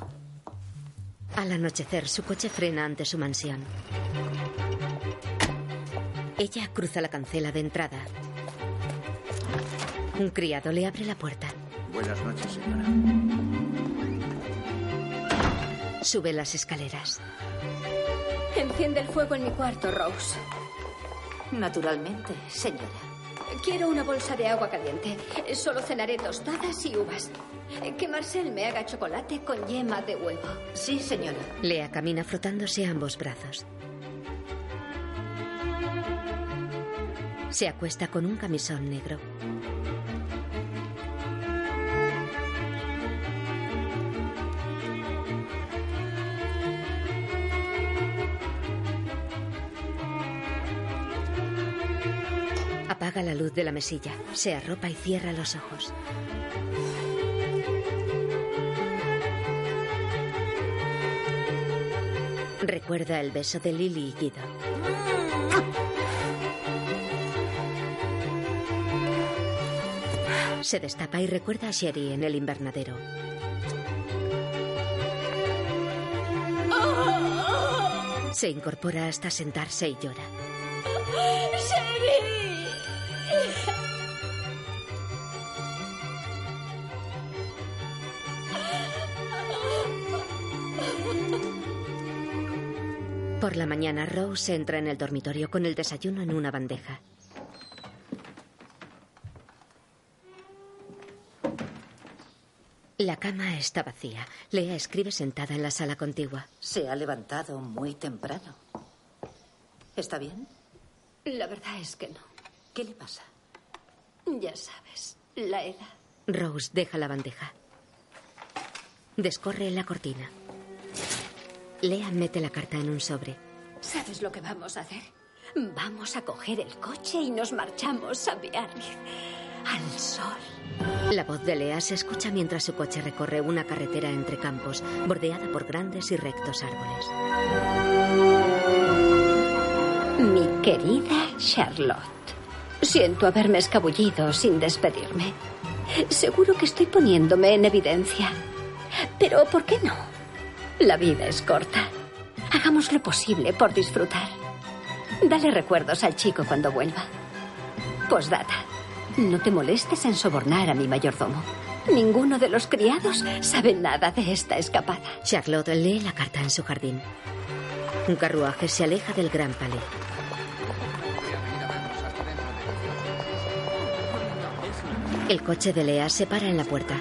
[SPEAKER 2] Al anochecer, su coche frena ante su mansión. Ella cruza la cancela de entrada. Un criado le abre la puerta.
[SPEAKER 5] Buenas noches, señora.
[SPEAKER 2] Sube las escaleras.
[SPEAKER 14] Enciende el fuego en mi cuarto, Rose.
[SPEAKER 11] Naturalmente, señora.
[SPEAKER 14] Quiero una bolsa de agua caliente. Solo cenaré tostadas y uvas. Que Marcel me haga chocolate con yema de huevo.
[SPEAKER 11] Sí, señora.
[SPEAKER 2] Lea camina frotándose ambos brazos. Se acuesta con un camisón negro. Apaga la luz de la mesilla, se arropa y cierra los ojos. Recuerda el beso de Lily y Guido. Se destapa y recuerda a Sherry en el invernadero. Se incorpora hasta sentarse y llora. Por la mañana, Rose entra en el dormitorio con el desayuno en una bandeja. La cama está vacía. Lea escribe sentada en la sala contigua.
[SPEAKER 11] Se ha levantado muy temprano. ¿Está bien?
[SPEAKER 14] La verdad es que no.
[SPEAKER 11] ¿Qué le pasa?
[SPEAKER 14] Ya sabes, la edad.
[SPEAKER 2] Rose deja la bandeja. Descorre la cortina. Lea mete la carta en un sobre.
[SPEAKER 14] ¿Sabes lo que vamos a hacer? Vamos a coger el coche y nos marchamos a Biarritz. Al sol.
[SPEAKER 2] La voz de Lea se escucha mientras su coche recorre una carretera entre campos, bordeada por grandes y rectos árboles.
[SPEAKER 4] Mi querida Charlotte, siento haberme escabullido sin despedirme. Seguro que estoy poniéndome en evidencia. Pero ¿por qué no? La vida es corta. Hagamos lo posible por disfrutar. Dale recuerdos al chico cuando vuelva. Postdata. No te molestes en sobornar a mi mayordomo. Ninguno de los criados sabe nada de esta escapada.
[SPEAKER 2] Charlotte lee la carta en su jardín. Un carruaje se aleja del gran palais. El coche de Lea se para en la puerta.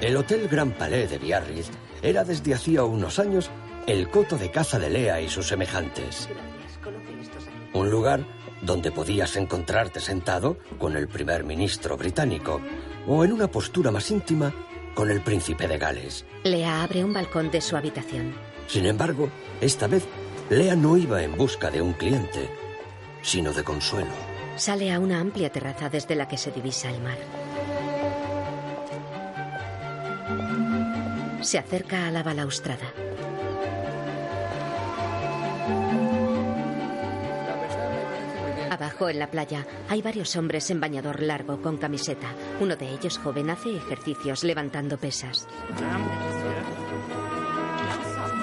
[SPEAKER 3] El Hotel Gran Palais de Biarritz era desde hacía unos años el coto de caza de Lea y sus semejantes. Un lugar donde podías encontrarte sentado con el primer ministro británico o en una postura más íntima con el príncipe de Gales.
[SPEAKER 2] Lea abre un balcón de su habitación.
[SPEAKER 3] Sin embargo, esta vez, Lea no iba en busca de un cliente, sino de consuelo.
[SPEAKER 2] Sale a una amplia terraza desde la que se divisa el mar. Se acerca a la balaustrada. Abajo en la playa hay varios hombres en bañador largo con camiseta. Uno de ellos joven hace ejercicios levantando pesas.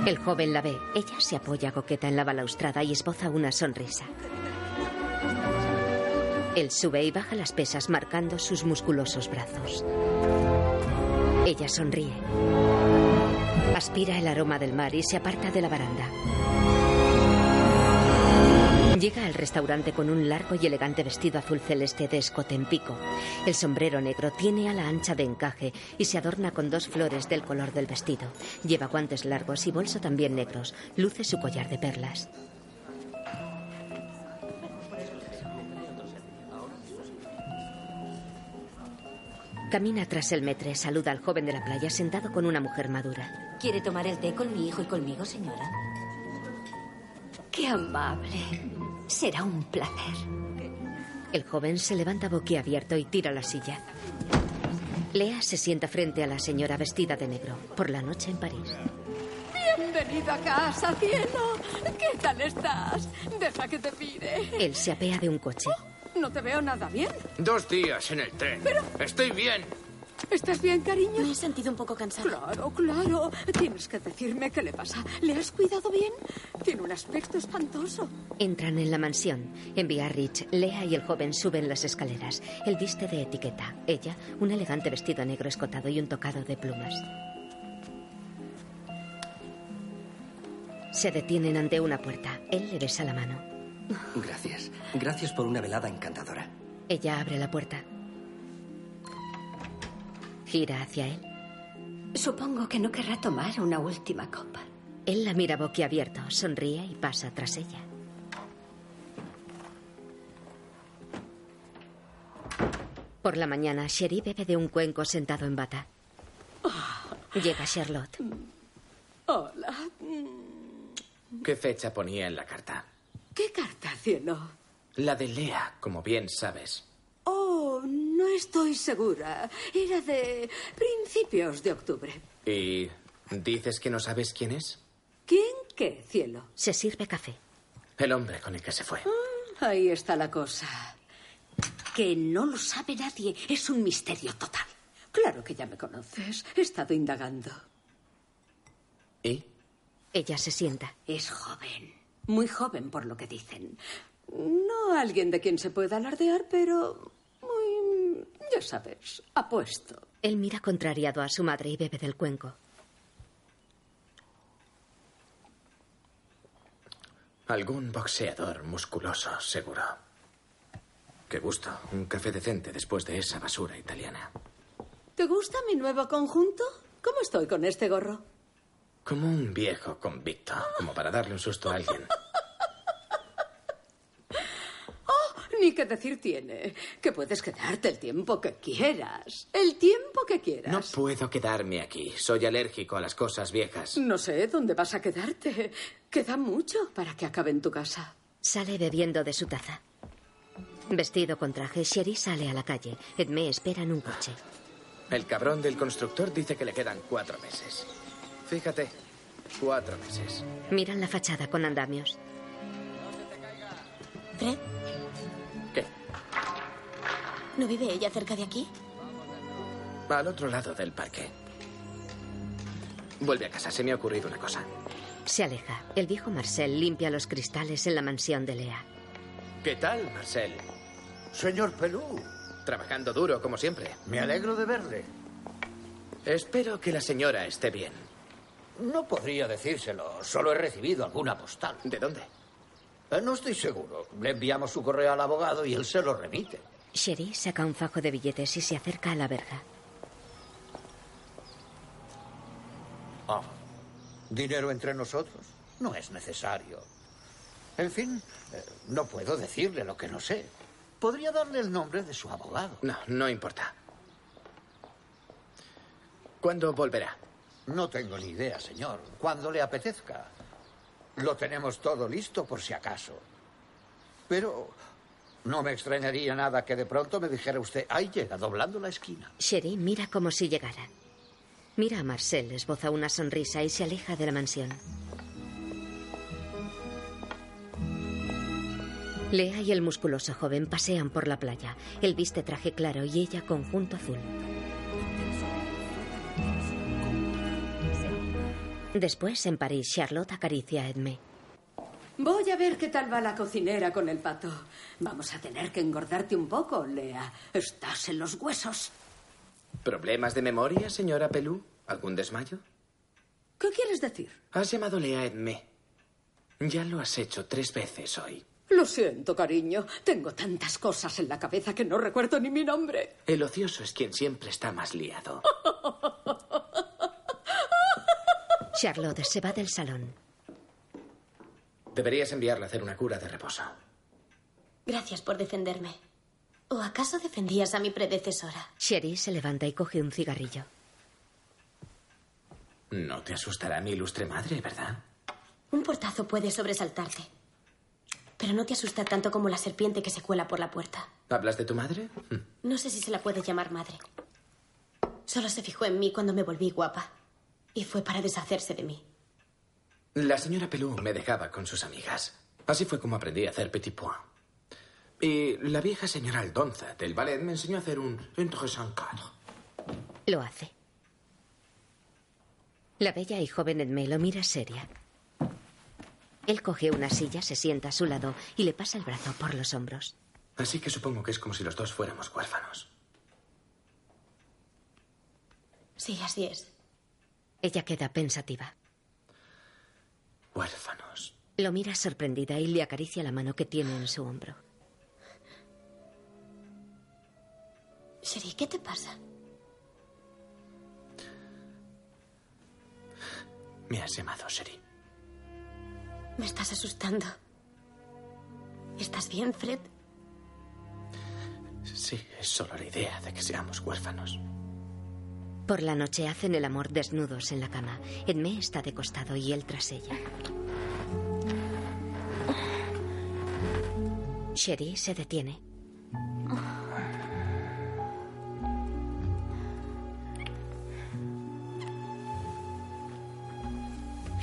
[SPEAKER 2] El joven la ve. Ella se apoya coqueta en la balaustrada y esboza una sonrisa. Él sube y baja las pesas marcando sus musculosos brazos. Ella sonríe. Aspira el aroma del mar y se aparta de la baranda. Llega al restaurante con un largo y elegante vestido azul celeste de escote en pico. El sombrero negro tiene ala ancha de encaje y se adorna con dos flores del color del vestido. Lleva guantes largos y bolso también negros. Luce su collar de perlas. Camina tras el metre, saluda al joven de la playa sentado con una mujer madura.
[SPEAKER 10] ¿Quiere tomar el té con mi hijo y conmigo, señora?
[SPEAKER 14] Qué amable. Será un placer.
[SPEAKER 2] El joven se levanta boquiabierto y tira la silla. Lea se sienta frente a la señora vestida de negro, por la noche en París.
[SPEAKER 6] Bienvenido a casa, cielo. ¿Qué tal estás? Deja que te pide.
[SPEAKER 2] Él se apea de un coche.
[SPEAKER 6] No te veo nada bien.
[SPEAKER 7] Dos días en el tren. Estoy bien.
[SPEAKER 6] ¿Estás bien, cariño?
[SPEAKER 10] Me he sentido un poco cansada.
[SPEAKER 6] Claro, claro. Tienes que decirme qué le pasa. ¿Le has cuidado bien? Tiene un aspecto espantoso.
[SPEAKER 2] Entran en la mansión. En Biarritz, Lea y el joven suben las escaleras. Él viste de etiqueta. Ella, un elegante vestido negro escotado y un tocado de plumas. Se detienen ante una puerta. Él le besa la mano.
[SPEAKER 17] Gracias. Gracias por una velada encantadora.
[SPEAKER 2] Ella abre la puerta. Gira hacia él.
[SPEAKER 4] Supongo que no querrá tomar una última copa.
[SPEAKER 2] Él la mira boquiabierto, sonríe y pasa tras ella. Por la mañana, Sherry bebe de un cuenco sentado en bata. Llega Charlotte.
[SPEAKER 6] Hola.
[SPEAKER 7] ¿Qué fecha ponía en la carta?
[SPEAKER 6] ¿Qué carta, cielo?
[SPEAKER 7] La de Lea, como bien sabes.
[SPEAKER 6] Oh, no estoy segura. Era de principios de octubre.
[SPEAKER 7] ¿Y dices que no sabes quién es?
[SPEAKER 6] ¿Quién qué, cielo?
[SPEAKER 2] Se sirve café.
[SPEAKER 7] El hombre con el que se fue.
[SPEAKER 6] Ahí está la cosa. Que no lo sabe nadie es un misterio total. Claro que ya me conoces. He estado indagando.
[SPEAKER 7] ¿Y?
[SPEAKER 2] Ella se sienta.
[SPEAKER 6] Es joven. Muy joven, por lo que dicen. No alguien de quien se pueda alardear, pero. Muy. Ya sabes, apuesto.
[SPEAKER 2] Él mira contrariado a su madre y bebe del cuenco.
[SPEAKER 7] Algún boxeador musculoso, seguro. Qué gusto. Un café decente después de esa basura italiana.
[SPEAKER 6] ¿Te gusta mi nuevo conjunto? ¿Cómo estoy con este gorro?
[SPEAKER 7] Como un viejo convicto, como para darle un susto a alguien.
[SPEAKER 6] Oh, Ni qué decir tiene. Que puedes quedarte el tiempo que quieras. El tiempo que quieras.
[SPEAKER 7] No puedo quedarme aquí. Soy alérgico a las cosas viejas.
[SPEAKER 6] No sé dónde vas a quedarte. Queda mucho para que acabe en tu casa.
[SPEAKER 2] Sale bebiendo de su taza. Vestido con traje, Sherry sale a la calle. Edme espera en un coche.
[SPEAKER 7] El cabrón del constructor dice que le quedan cuatro meses. Fíjate, cuatro meses.
[SPEAKER 2] Miran la fachada con andamios.
[SPEAKER 18] ¿Fred?
[SPEAKER 7] ¿Qué?
[SPEAKER 18] ¿No vive ella cerca de aquí?
[SPEAKER 7] Al otro lado del parque. Vuelve a casa, se me ha ocurrido una cosa.
[SPEAKER 2] Se aleja. El viejo Marcel limpia los cristales en la mansión de Lea.
[SPEAKER 7] ¿Qué tal, Marcel?
[SPEAKER 19] Señor Pelú,
[SPEAKER 7] Trabajando duro, como siempre.
[SPEAKER 19] me alegro de verle.
[SPEAKER 7] Espero que la señora esté bien.
[SPEAKER 19] No podría decírselo, solo he recibido alguna postal.
[SPEAKER 7] ¿De dónde?
[SPEAKER 19] Eh, no estoy seguro. Le enviamos su correo al abogado y él se lo remite.
[SPEAKER 2] Sherry saca un fajo de billetes y se acerca a la verja.
[SPEAKER 19] Ah, dinero entre nosotros no es necesario. En fin, eh, no puedo decirle lo que no sé. Podría darle el nombre de su abogado.
[SPEAKER 7] No, no importa. ¿Cuándo volverá?
[SPEAKER 19] No tengo ni idea, señor. Cuando le apetezca. Lo tenemos todo listo por si acaso. Pero no me extrañaría nada que de pronto me dijera usted, ahí llega, doblando la esquina.
[SPEAKER 2] Sherry mira como si llegara. Mira a Marcel, esboza una sonrisa y se aleja de la mansión. Lea y el musculoso joven pasean por la playa. Él viste traje claro y ella conjunto azul. Después, en París, Charlotte acaricia a Edme.
[SPEAKER 6] Voy a ver qué tal va la cocinera con el pato. Vamos a tener que engordarte un poco, Lea. Estás en los huesos.
[SPEAKER 7] ¿Problemas de memoria, señora Pelú? ¿Algún desmayo?
[SPEAKER 6] ¿Qué quieres decir?
[SPEAKER 7] Has llamado Lea Edme. Ya lo has hecho tres veces hoy.
[SPEAKER 6] Lo siento, cariño. Tengo tantas cosas en la cabeza que no recuerdo ni mi nombre.
[SPEAKER 7] El ocioso es quien siempre está más liado.
[SPEAKER 2] Charlotte se va del salón.
[SPEAKER 7] Deberías enviarle a hacer una cura de reposo.
[SPEAKER 18] Gracias por defenderme. ¿O acaso defendías a mi predecesora?
[SPEAKER 2] Sherry se levanta y coge un cigarrillo.
[SPEAKER 7] No te asustará mi ilustre madre, ¿verdad?
[SPEAKER 18] Un portazo puede sobresaltarte. Pero no te asusta tanto como la serpiente que se cuela por la puerta.
[SPEAKER 7] ¿Hablas de tu madre?
[SPEAKER 18] No sé si se la puede llamar madre. Solo se fijó en mí cuando me volví guapa. Y fue para deshacerse de mí.
[SPEAKER 7] Mm. La señora Pelú me dejaba con sus amigas. Así fue como aprendí a hacer petit pois. Y la vieja señora Aldonza del ballet me enseñó a hacer un entre sancaro.
[SPEAKER 2] Lo hace. La bella y joven Edme lo mira seria. Él coge una silla, se sienta a su lado y le pasa el brazo por los hombros.
[SPEAKER 7] Así que supongo que es como si los dos fuéramos huérfanos.
[SPEAKER 18] Sí, así es.
[SPEAKER 2] Ella queda pensativa.
[SPEAKER 7] Huérfanos.
[SPEAKER 2] Lo mira sorprendida y le acaricia la mano que tiene en su hombro.
[SPEAKER 18] Sherry, ¿qué te pasa?
[SPEAKER 7] Me has llamado, Sherry.
[SPEAKER 18] Me estás asustando. ¿Estás bien, Fred?
[SPEAKER 7] Sí, es solo la idea de que seamos huérfanos.
[SPEAKER 2] Por la noche hacen el amor desnudos en la cama. Edme está de costado y él tras ella. Sherry se detiene.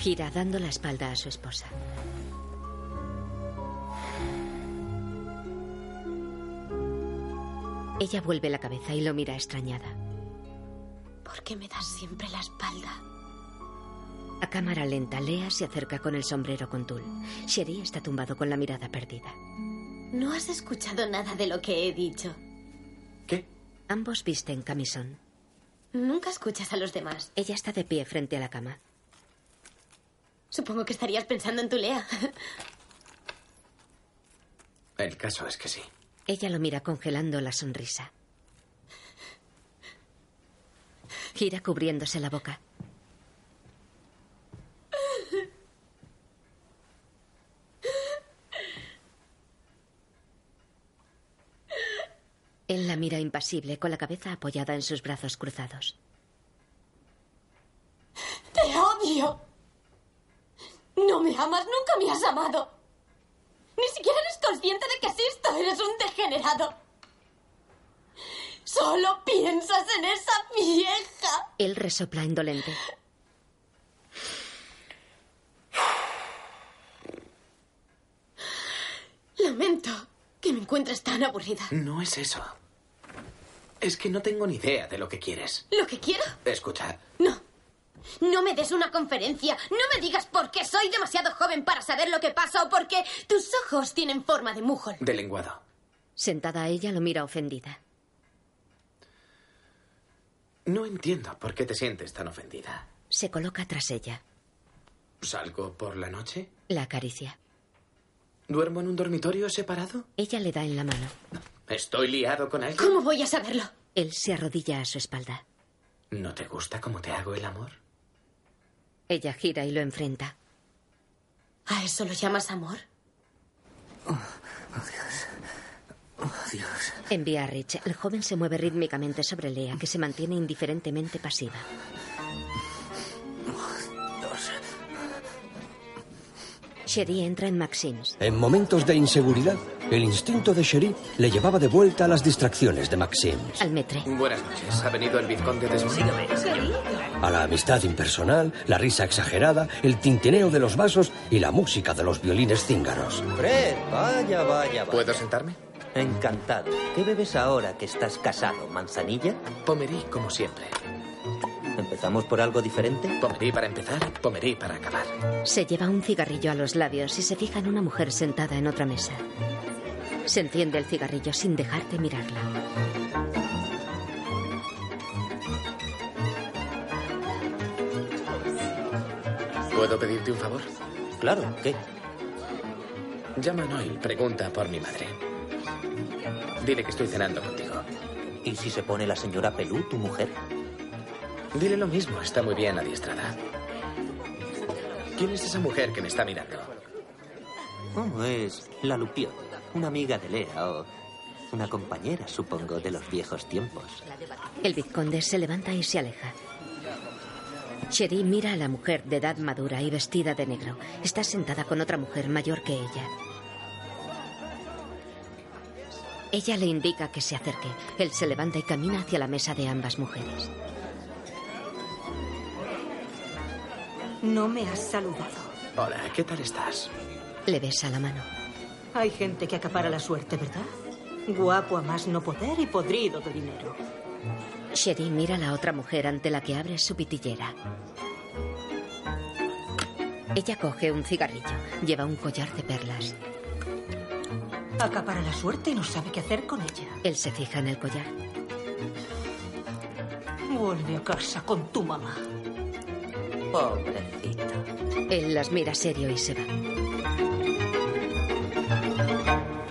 [SPEAKER 2] Gira dando la espalda a su esposa. Ella vuelve la cabeza y lo mira extrañada.
[SPEAKER 18] ¿Por qué me das siempre la espalda?
[SPEAKER 2] A cámara lenta, Lea se acerca con el sombrero con tul. Sherry está tumbado con la mirada perdida.
[SPEAKER 18] No has escuchado nada de lo que he dicho.
[SPEAKER 2] Ambos visten camisón.
[SPEAKER 18] Nunca escuchas a los demás.
[SPEAKER 2] Ella está de pie frente a la cama.
[SPEAKER 18] Supongo que estarías pensando en tu Lea.
[SPEAKER 7] El caso es que sí.
[SPEAKER 2] Ella lo mira congelando la sonrisa. Gira cubriéndose la boca. Él la mira impasible con la cabeza apoyada en sus brazos cruzados.
[SPEAKER 18] ¡Te odio! No me amas, nunca me has amado. Ni siquiera eres consciente de que existo, eres un degenerado. Solo piensas en esa vieja.
[SPEAKER 2] Él resopla indolente.
[SPEAKER 18] Lamento que me encuentres tan aburrida.
[SPEAKER 7] No es eso. Es que no tengo ni idea de lo que quieres.
[SPEAKER 18] Lo que quiero
[SPEAKER 7] Escucha,
[SPEAKER 18] No me des una conferencia. No me digas por qué soy demasiado joven para saber lo que pasa o por qué tus ojos tienen forma de mujol.
[SPEAKER 7] de lenguado.
[SPEAKER 2] Sentada ella lo mira ofendida.
[SPEAKER 7] No entiendo por qué te sientes tan ofendida.
[SPEAKER 2] Se coloca tras ella.
[SPEAKER 7] ¿Salgo por la noche?
[SPEAKER 2] La acaricia.
[SPEAKER 7] ¿Duermo en un dormitorio separado?
[SPEAKER 2] Ella le da en la mano.
[SPEAKER 7] ¿Estoy liado con alguien?
[SPEAKER 18] ¿Cómo voy a saberlo?
[SPEAKER 2] Él se arrodilla a su espalda.
[SPEAKER 7] ¿No te gusta cómo te hago el amor?
[SPEAKER 2] Ella gira y lo enfrenta.
[SPEAKER 18] ¿A eso lo llamas amor?
[SPEAKER 17] Dios.
[SPEAKER 2] Envía a Rich. El joven se mueve rítmicamente sobre Lea, que se mantiene indiferentemente pasiva. Sherry entra en Maxims.
[SPEAKER 3] En momentos de inseguridad, el instinto de Cherie le llevaba de vuelta a las distracciones de Maxim,
[SPEAKER 2] Almetre.
[SPEAKER 7] Buenas noches. ¿Ha venido el vizconde de Smith?
[SPEAKER 3] a la amistad impersonal, la risa exagerada, el tintineo de los vasos y la música de los violines cíngaros.
[SPEAKER 20] Fred, vaya, vaya, vaya.
[SPEAKER 7] ¿Puedo sentarme?
[SPEAKER 20] Encantado. ¿Qué bebes ahora que estás casado? ¿Manzanilla?
[SPEAKER 7] Pomerí, como siempre.
[SPEAKER 20] ¿Empezamos por algo diferente?
[SPEAKER 7] Pomerí para empezar, pomerí para acabar.
[SPEAKER 2] Se lleva un cigarrillo a los labios y se fija en una mujer sentada en otra mesa. Se enciende el cigarrillo sin dejar de mirarla.
[SPEAKER 7] ¿Puedo pedirte un favor?
[SPEAKER 20] Claro, ¿qué?
[SPEAKER 7] Llama a Noel, pregunta por mi madre. Dile que estoy cenando contigo.
[SPEAKER 20] ¿Y si se pone la señora Pelú, tu mujer?
[SPEAKER 7] Dile lo mismo, está muy bien adiestrada. ¿Quién es esa mujer que me está mirando?
[SPEAKER 20] ¿Cómo es? La Lupión. Una amiga de Lea o una compañera, supongo, de los viejos tiempos.
[SPEAKER 2] El vizconde se levanta y se aleja. Sherry mira a la mujer de edad madura y vestida de negro. Está sentada con otra mujer mayor que ella. Ella le indica que se acerque. Él se levanta y camina hacia la mesa de ambas mujeres.
[SPEAKER 11] No me has saludado.
[SPEAKER 7] Hola, ¿qué tal estás?
[SPEAKER 2] Le besa la mano.
[SPEAKER 11] Hay gente que acapara la suerte, ¿verdad? Guapo a más no poder y podrido de dinero.
[SPEAKER 2] Sherry mira a la otra mujer ante la que abre su pitillera. Ella coge un cigarrillo. Lleva un collar de perlas.
[SPEAKER 11] Acapara la suerte y no sabe qué hacer con ella.
[SPEAKER 2] Él se fija en el collar.
[SPEAKER 11] Vuelve a casa con tu mamá.
[SPEAKER 20] Pobrecito.
[SPEAKER 2] Él las mira serio y se va.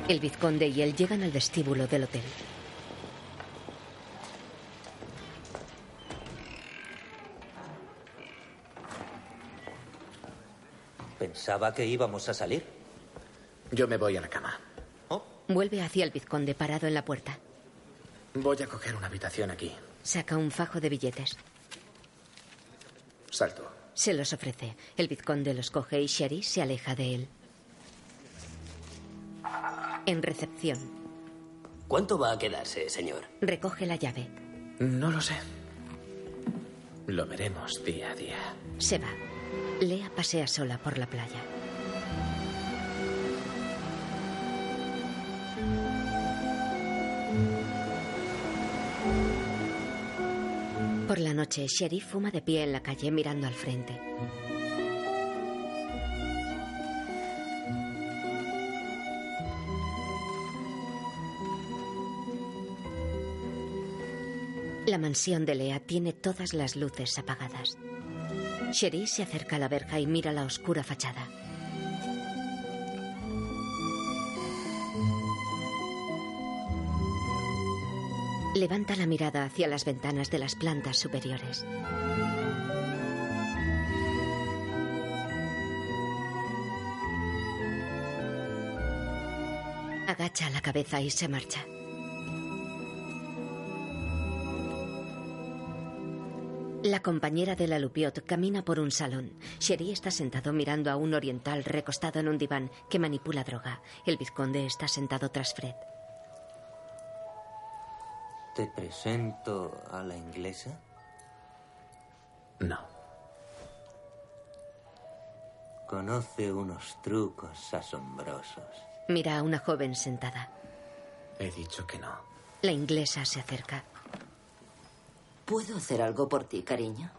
[SPEAKER 2] El vizconde y él llegan al vestíbulo del hotel.
[SPEAKER 20] Pensaba que íbamos a salir.
[SPEAKER 7] Yo me voy a la cama.
[SPEAKER 2] Vuelve hacia el vizconde parado en la puerta.
[SPEAKER 7] Voy a coger una habitación aquí.
[SPEAKER 2] Saca un fajo de billetes.
[SPEAKER 7] Salto.
[SPEAKER 2] Se los ofrece. El vizconde los coge y Sherry se aleja de él. En recepción,
[SPEAKER 21] ¿Cuánto va a quedarse, señor?
[SPEAKER 2] recoge la llave.
[SPEAKER 7] No lo sé. Lo veremos día a día.
[SPEAKER 2] Se va. Lea pasea sola por la playa. Por la noche, Sheriff fuma de pie en la calle mirando al frente. La mansión de Lea tiene todas las luces apagadas. Sherry se acerca a la verja y mira la oscura fachada. Levanta la mirada hacia las ventanas de las plantas superiores. Agacha la cabeza y se marcha. La compañera de la Lupiot camina por un salón. Sherry está sentado mirando a un oriental recostado en un diván que manipula droga. El vizconde está sentado tras Fred.
[SPEAKER 20] ¿Te presento a la inglesa?
[SPEAKER 7] No.
[SPEAKER 20] Conoce unos trucos asombrosos.
[SPEAKER 2] Mira a una joven sentada.
[SPEAKER 7] He dicho que no.
[SPEAKER 2] La inglesa se acerca.
[SPEAKER 22] ¿Puedo hacer algo por ti, cariño?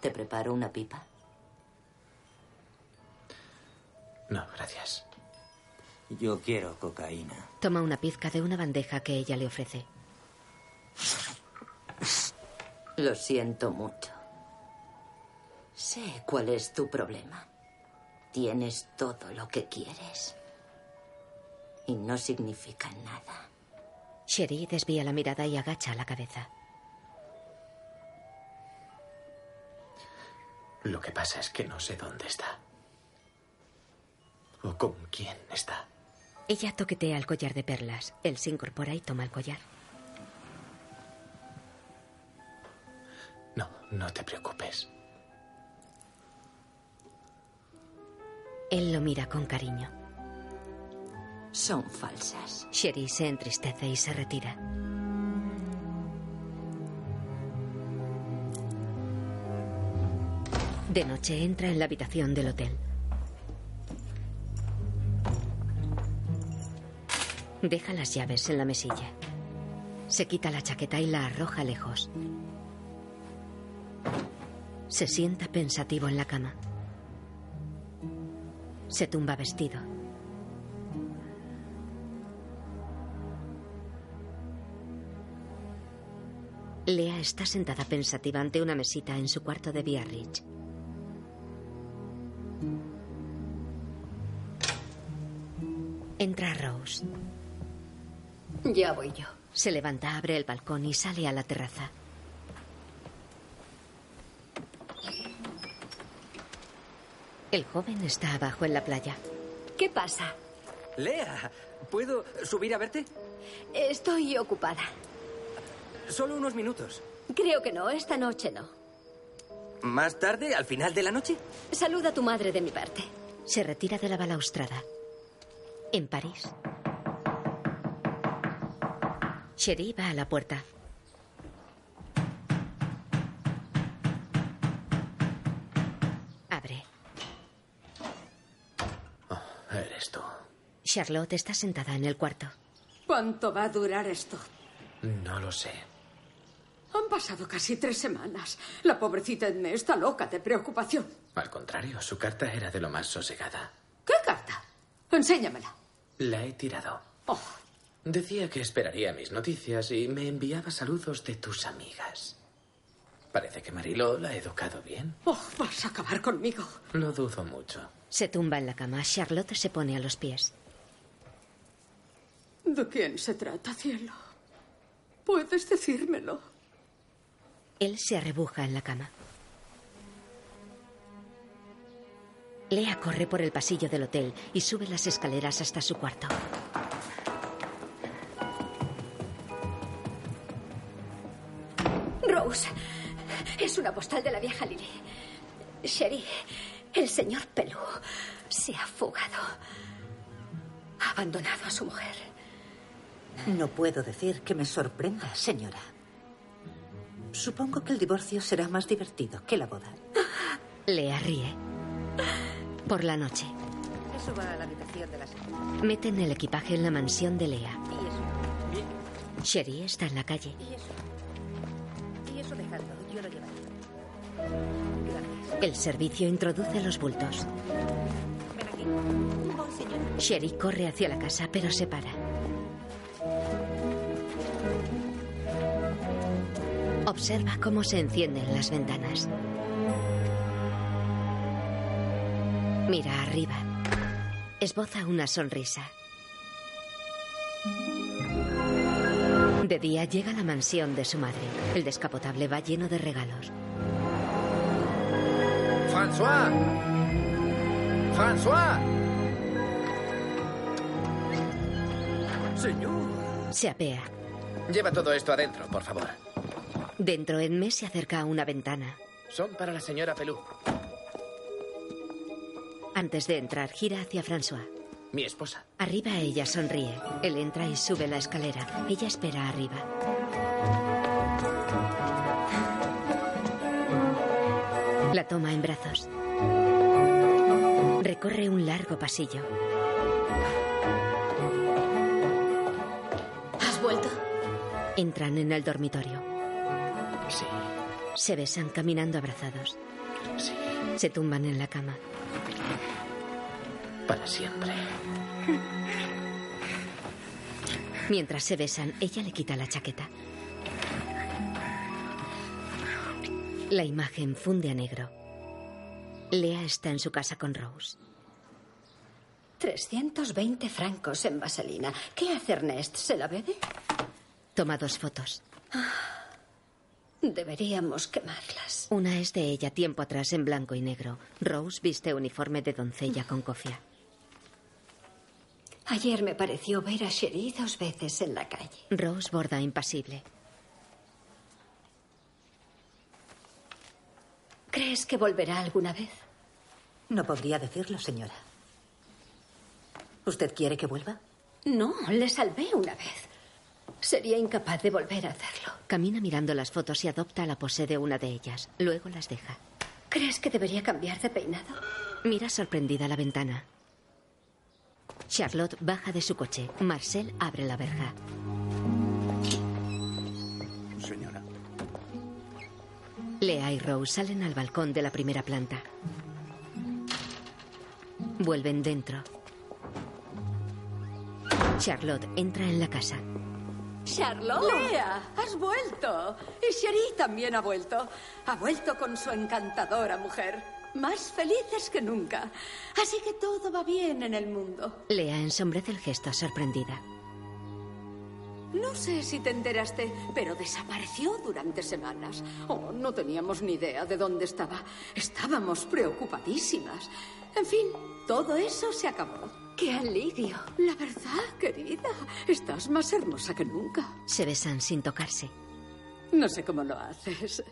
[SPEAKER 22] ¿Te preparo una pipa?
[SPEAKER 7] No, gracias.
[SPEAKER 20] Yo quiero cocaína.
[SPEAKER 2] Toma una pizca de una bandeja que ella le ofrece.
[SPEAKER 22] Lo siento mucho. Sé cuál es tu problema. Tienes todo lo que quieres. Y no significa nada.
[SPEAKER 2] Sherry desvía la mirada y agacha la cabeza.
[SPEAKER 7] Lo que pasa es que no sé dónde está. O con quién está.
[SPEAKER 2] Ella toquetea el collar de perlas. Él se incorpora y toma el collar.
[SPEAKER 7] No, no te preocupes.
[SPEAKER 2] Él lo mira con cariño.
[SPEAKER 22] Son falsas.
[SPEAKER 2] Sherry se entristece y se retira. De noche entra en la habitación del hotel. Deja las llaves en la mesilla. Se quita la chaqueta y la arroja lejos. Se sienta pensativo en la cama. Se tumba vestido. Lea está sentada pensativa ante una mesita en su cuarto de Biarritz. Entra Rose.
[SPEAKER 14] Ya voy yo.
[SPEAKER 2] Se levanta, abre el balcón y sale a la terraza. El joven está abajo en la playa.
[SPEAKER 14] ¿Qué pasa?
[SPEAKER 17] Lea, ¿puedo subir a verte?
[SPEAKER 14] Estoy ocupada.
[SPEAKER 17] Solo unos minutos.
[SPEAKER 14] Creo que no, esta noche no.
[SPEAKER 17] ¿Más tarde, al final de la noche?
[SPEAKER 14] Saluda a tu madre de mi parte.
[SPEAKER 2] Se retira de la balaustrada. En París. Sherry va a la puerta. Abre.
[SPEAKER 7] Eres tú.
[SPEAKER 2] Charlotte está sentada en el cuarto.
[SPEAKER 6] ¿Cuánto va a durar esto?
[SPEAKER 7] No lo sé.
[SPEAKER 6] Han pasado casi tres semanas. La pobrecita Edme está loca de preocupación.
[SPEAKER 7] Al contrario, su carta era de lo más sosegada.
[SPEAKER 6] ¿Qué carta? Enséñamela.
[SPEAKER 7] La he tirado.
[SPEAKER 6] Oh,
[SPEAKER 7] Decía que esperaría mis noticias y me enviaba saludos de tus amigas. Parece que Mariló la ha educado bien.
[SPEAKER 6] oh, vas a acabar conmigo.
[SPEAKER 7] Lo dudo mucho.
[SPEAKER 2] Se tumba en la cama. Charlotte se pone a los pies.
[SPEAKER 6] ¿De quién se trata, cielo? ¿Puedes decírmelo?
[SPEAKER 2] Él se arrebuja en la cama. Lea corre por el pasillo del hotel y sube las escaleras hasta su cuarto.
[SPEAKER 14] Rose, es una postal de la vieja Lily. Sherry, el señor Pelú se ha fugado. Ha abandonado a su mujer.
[SPEAKER 1] No puedo decir que me sorprenda, señora. Supongo que el divorcio será más divertido que la boda.
[SPEAKER 2] Lea ríe. Por la noche.
[SPEAKER 1] Eso va a la habitación de la señora.
[SPEAKER 2] Meten el equipaje en la mansión de Lea. Sherry está en la calle.
[SPEAKER 1] Y eso dejadlo, yo lo llevaré.
[SPEAKER 2] El servicio introduce los bultos.
[SPEAKER 1] Voy, señora.
[SPEAKER 2] Sherry corre hacia la casa, pero se para. Observa cómo se encienden las ventanas. Mira arriba. Esboza una sonrisa. De día llega a la mansión de su madre. El descapotable va lleno de regalos.
[SPEAKER 19] ¡François! ¡François!
[SPEAKER 7] Señor.
[SPEAKER 2] Se apea.
[SPEAKER 7] Lleva todo esto adentro, por favor.
[SPEAKER 2] Dentro, Edme se acerca a una ventana.
[SPEAKER 7] Son para la señora Pelú.
[SPEAKER 2] Antes de entrar, gira hacia François.
[SPEAKER 7] Mi esposa.
[SPEAKER 2] Arriba ella sonríe. Él entra y sube la escalera. Ella espera arriba. La toma en brazos. Recorre un largo pasillo.
[SPEAKER 18] ¿Has vuelto?
[SPEAKER 2] Entran en el dormitorio.
[SPEAKER 7] Sí.
[SPEAKER 2] Se besan caminando abrazados.
[SPEAKER 7] Sí.
[SPEAKER 2] Se tumban en la cama.
[SPEAKER 7] Para siempre.
[SPEAKER 2] Mientras se besan, ella le quita la chaqueta. La imagen funde a negro. Lea está en su casa con Rose.
[SPEAKER 4] 320 francos en vaselina. ¿Qué hace Ernest? ¿Se la bebe?
[SPEAKER 2] Toma dos fotos.
[SPEAKER 4] Ah. Deberíamos quemarlas.
[SPEAKER 2] Una es de ella tiempo atrás en blanco y negro. Rose viste uniforme de doncella con cofia.
[SPEAKER 4] Ayer me pareció ver a Sherry dos veces en la calle.
[SPEAKER 2] Rose borda impasible.
[SPEAKER 4] ¿Crees que volverá alguna vez?
[SPEAKER 1] No podría decirlo, señora. ¿Usted quiere que vuelva?
[SPEAKER 4] No, le salvé una vez. Sería incapaz de volver a hacerlo.
[SPEAKER 2] Camina mirando las fotos y adopta la pose de una de ellas. Luego las deja.
[SPEAKER 4] ¿Crees que debería cambiar de peinado?
[SPEAKER 2] Mira sorprendida la ventana. Charlotte baja de su coche. Marcel abre la verja.
[SPEAKER 19] Señora.
[SPEAKER 2] Lea y Rose salen al balcón de la primera planta. Vuelven dentro. Charlotte entra en la casa.
[SPEAKER 6] Charlotte. Lea, has vuelto. Y Cherie también ha vuelto. Ha vuelto con su encantadora mujer. Más felices que nunca. Así que todo va bien en el mundo.
[SPEAKER 2] Lea ensombrece el gesto sorprendida.
[SPEAKER 6] No sé si te enteraste, pero desapareció durante semanas. Oh, no teníamos ni idea de dónde estaba. Estábamos preocupadísimas. En fin, todo eso se acabó. ¡Qué alivio! La verdad, querida, estás más hermosa que nunca.
[SPEAKER 2] Se besan sin tocarse.
[SPEAKER 6] No sé cómo lo haces.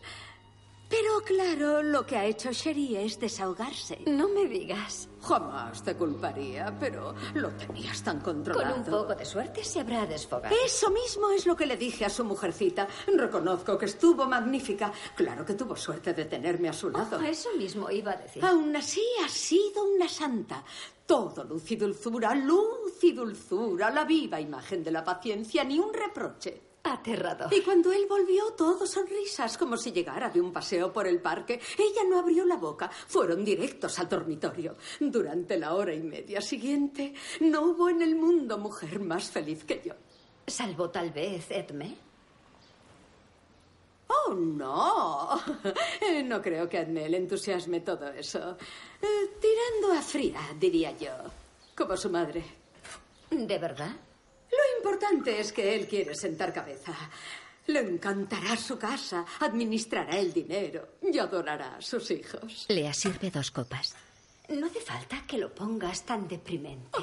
[SPEAKER 6] Pero claro, lo que ha hecho Sherry es desahogarse. No me digas. Jamás te culparía, pero lo tenías tan controlado.
[SPEAKER 4] Con un poco de suerte se habrá desfogado.
[SPEAKER 6] Eso mismo es lo que le dije a su mujercita. Reconozco que estuvo magnífica. Claro que tuvo suerte de tenerme a su lado.
[SPEAKER 4] Eso mismo iba a decir.
[SPEAKER 6] Aún así ha sido una santa. Todo luz y dulzura, luz y dulzura, la viva imagen de la paciencia, ni un reproche.
[SPEAKER 4] Aterrador.
[SPEAKER 6] Y cuando él volvió, todo sonrisas, como si llegara de un paseo por el parque. Ella no abrió la boca, fueron directos al dormitorio. Durante la hora y media siguiente, no hubo en el mundo mujer más feliz que yo.
[SPEAKER 4] Salvo tal vez Edme.
[SPEAKER 6] ¡Oh, no! Eh, No creo que a Edmel entusiasme todo eso. Eh, tirando a fría, diría yo. Como su madre.
[SPEAKER 4] ¿De verdad?
[SPEAKER 6] Lo importante es que él quiere sentar cabeza. Le encantará su casa, administrará el dinero y adorará a sus hijos.
[SPEAKER 2] Lea sirve dos copas.
[SPEAKER 4] No hace falta que lo pongas tan deprimente.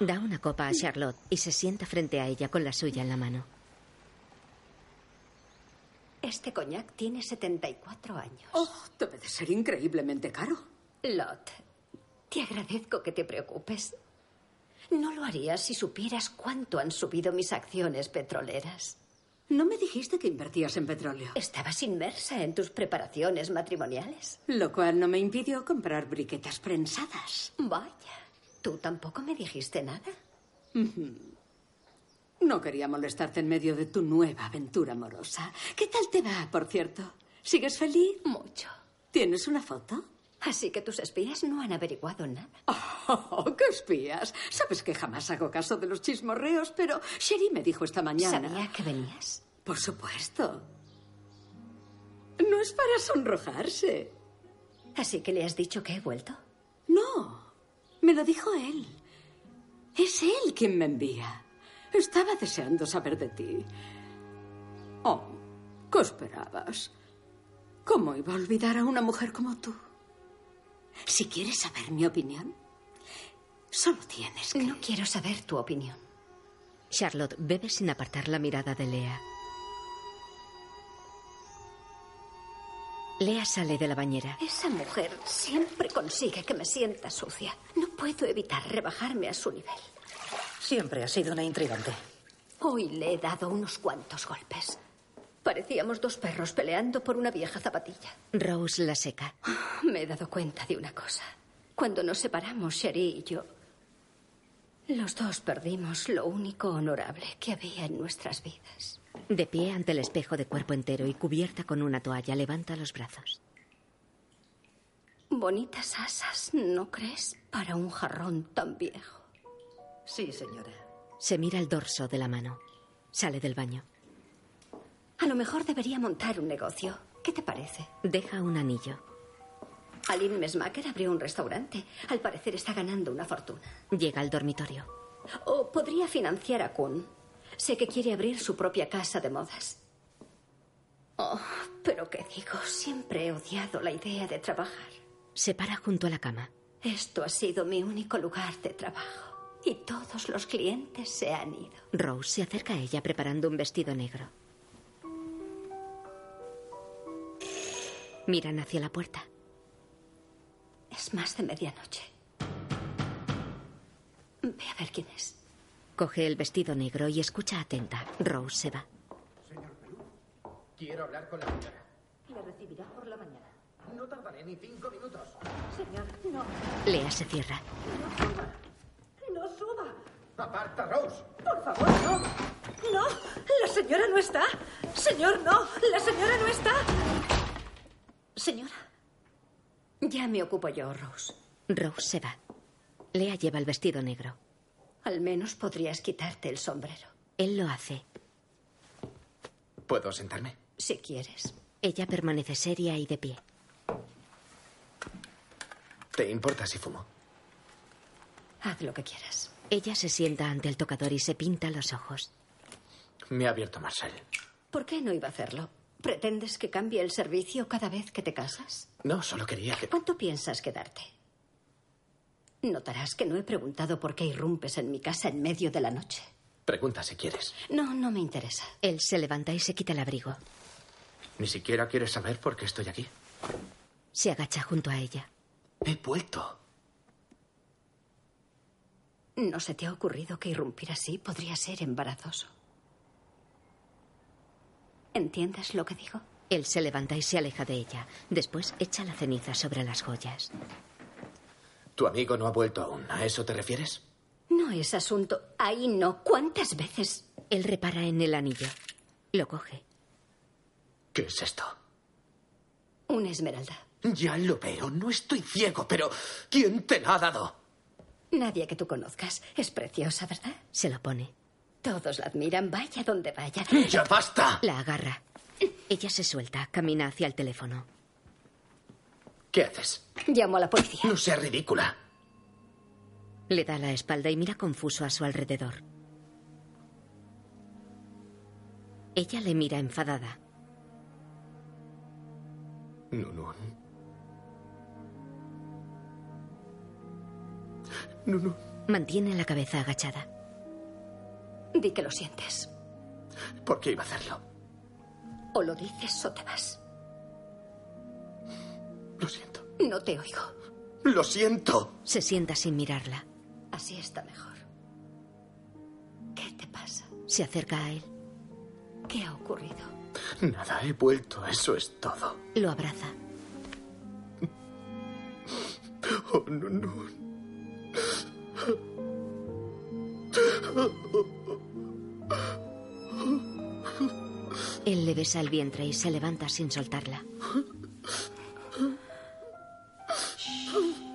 [SPEAKER 2] Da una copa a Charlotte y se sienta frente a ella con la suya en la mano.
[SPEAKER 4] Este coñac tiene 74 años.
[SPEAKER 6] Oh, debe de ser increíblemente caro.
[SPEAKER 4] Lot. Te agradezco que te preocupes. No lo harías si supieras cuánto han subido mis acciones petroleras.
[SPEAKER 6] No me dijiste que invertías en petróleo.
[SPEAKER 4] Estabas inmersa en tus preparaciones matrimoniales.
[SPEAKER 6] Lo cual no me impidió comprar briquetas prensadas.
[SPEAKER 4] Vaya, tú tampoco me dijiste nada.
[SPEAKER 6] No quería molestarte en medio de tu nueva aventura amorosa. ¿Qué tal te va, por cierto? ¿Sigues feliz?
[SPEAKER 4] Mucho.
[SPEAKER 6] ¿Tienes una foto?
[SPEAKER 4] Así que tus espías no han averiguado nada.
[SPEAKER 6] Oh, ¡Qué espías! Sabes que jamás hago caso de los chismorreos, pero Sherry me dijo esta mañana.
[SPEAKER 4] ¿Sabía que venías?
[SPEAKER 6] Por supuesto. No es para sonrojarse.
[SPEAKER 4] Así que le has dicho que he vuelto.
[SPEAKER 6] No, me lo dijo él. Es él quien me envía. Estaba deseando saber de ti. Oh, ¿qué esperabas? ¿Cómo iba a olvidar a una mujer como tú? Si quieres saber mi opinión, solo tienes que...
[SPEAKER 4] No quiero saber tu opinión.
[SPEAKER 2] Charlotte bebe sin apartar la mirada de Lea. Lea sale de la bañera.
[SPEAKER 4] Esa mujer siempre consigue que me sienta sucia. No puedo evitar rebajarme a su nivel.
[SPEAKER 23] Siempre ha sido una intrigante.
[SPEAKER 4] Hoy le he dado unos cuantos golpes. Parecíamos dos perros peleando por una vieja zapatilla.
[SPEAKER 2] Rose la seca.
[SPEAKER 4] Me he dado cuenta de una cosa. Cuando nos separamos, Sherry y yo, los dos perdimos lo único honorable que había en nuestras vidas.
[SPEAKER 2] De pie ante el espejo de cuerpo entero y cubierta con una toalla, levanta los brazos.
[SPEAKER 4] Bonitas asas, ¿no crees? Para un jarrón tan viejo.
[SPEAKER 23] Sí, señora.
[SPEAKER 2] Se mira el dorso de la mano. Sale del baño.
[SPEAKER 4] A lo mejor debería montar un negocio. ¿Qué te parece?
[SPEAKER 2] Deja un anillo.
[SPEAKER 4] Aline Mesmaker abrió un restaurante. Al parecer está ganando una fortuna.
[SPEAKER 2] Llega al dormitorio.
[SPEAKER 4] O podría financiar a Kun. Sé que quiere abrir su propia casa de modas. Oh, pero qué digo, siempre he odiado la idea de trabajar.
[SPEAKER 2] Se para junto a la cama.
[SPEAKER 4] Esto ha sido mi único lugar de trabajo. Y todos los clientes se han ido.
[SPEAKER 2] Rose se acerca a ella preparando un vestido negro. Miran hacia la puerta.
[SPEAKER 4] Es más de medianoche. Ve a ver quién es.
[SPEAKER 2] Coge el vestido negro y escucha atenta. Rose se va.
[SPEAKER 7] Señor Pelú, quiero hablar con la señora.
[SPEAKER 13] Le recibirá por la mañana.
[SPEAKER 7] No tardaré ni cinco minutos.
[SPEAKER 13] Señor, no.
[SPEAKER 2] Lea se cierra.
[SPEAKER 13] No suba. No suba.
[SPEAKER 7] Aparta, Rose.
[SPEAKER 13] Por favor, no. No, la señora no está. Señor, no. La señora no está.
[SPEAKER 4] Señora. Ya me ocupo yo, Rose.
[SPEAKER 2] Rose se va. Lea lleva el vestido negro.
[SPEAKER 4] Al menos podrías quitarte el sombrero.
[SPEAKER 2] Él lo hace.
[SPEAKER 7] ¿Puedo sentarme?
[SPEAKER 4] Si quieres.
[SPEAKER 2] Ella permanece seria y de pie.
[SPEAKER 7] ¿Te importa si fumo?
[SPEAKER 4] Haz lo que quieras.
[SPEAKER 2] Ella se sienta ante el tocador y se pinta los ojos.
[SPEAKER 7] Me ha abierto Marcel.
[SPEAKER 4] ¿Por qué no iba a hacerlo? ¿Pretendes que cambie el servicio cada vez que te casas?
[SPEAKER 7] No, solo quería que...
[SPEAKER 4] ¿Cuánto piensas quedarte? Notarás que no he preguntado por qué irrumpes en mi casa en medio de la noche.
[SPEAKER 7] Pregunta si quieres.
[SPEAKER 4] No, no me interesa.
[SPEAKER 2] Él se levanta y se quita el abrigo.
[SPEAKER 7] Ni siquiera quieres saber por qué estoy aquí.
[SPEAKER 2] Se agacha junto a ella.
[SPEAKER 7] He vuelto.
[SPEAKER 4] ¿No se te ha ocurrido que irrumpir así podría ser embarazoso? ¿Entiendes lo que digo?
[SPEAKER 2] Él se levanta y se aleja de ella. Después echa la ceniza sobre las joyas.
[SPEAKER 7] Tu amigo no ha vuelto aún. ¿A eso te refieres?
[SPEAKER 4] No es asunto. Ahí no. ¿Cuántas veces?
[SPEAKER 2] Él repara en el anillo. Lo coge.
[SPEAKER 7] ¿Qué es esto?
[SPEAKER 4] Una esmeralda.
[SPEAKER 7] Ya lo veo. No estoy ciego, pero ¿quién te la ha dado?
[SPEAKER 4] Nadie que tú conozcas. Es preciosa, ¿verdad?
[SPEAKER 2] Se lo pone.
[SPEAKER 4] Todos la admiran, vaya donde vaya.
[SPEAKER 7] ¡Ya basta!
[SPEAKER 2] La agarra. Ella se suelta, camina hacia el teléfono.
[SPEAKER 7] ¿Qué haces?
[SPEAKER 4] Llamo a la policía.
[SPEAKER 7] No seas ridícula.
[SPEAKER 2] Le da la espalda y mira confuso a su alrededor. Ella le mira enfadada.
[SPEAKER 7] No, no. No, no.
[SPEAKER 2] Mantiene la cabeza agachada.
[SPEAKER 4] Di que lo sientes.
[SPEAKER 7] ¿Por qué iba a hacerlo?
[SPEAKER 4] O lo dices o te vas.
[SPEAKER 7] Lo siento.
[SPEAKER 4] No te oigo.
[SPEAKER 7] Lo siento.
[SPEAKER 2] Se sienta sin mirarla.
[SPEAKER 4] Así está mejor. ¿Qué te pasa?
[SPEAKER 2] Se acerca a él.
[SPEAKER 4] ¿Qué ha ocurrido?
[SPEAKER 7] Nada, he vuelto, eso es todo.
[SPEAKER 2] Lo abraza.
[SPEAKER 7] Oh, no, no.
[SPEAKER 2] Él le besa el vientre y se levanta sin soltarla.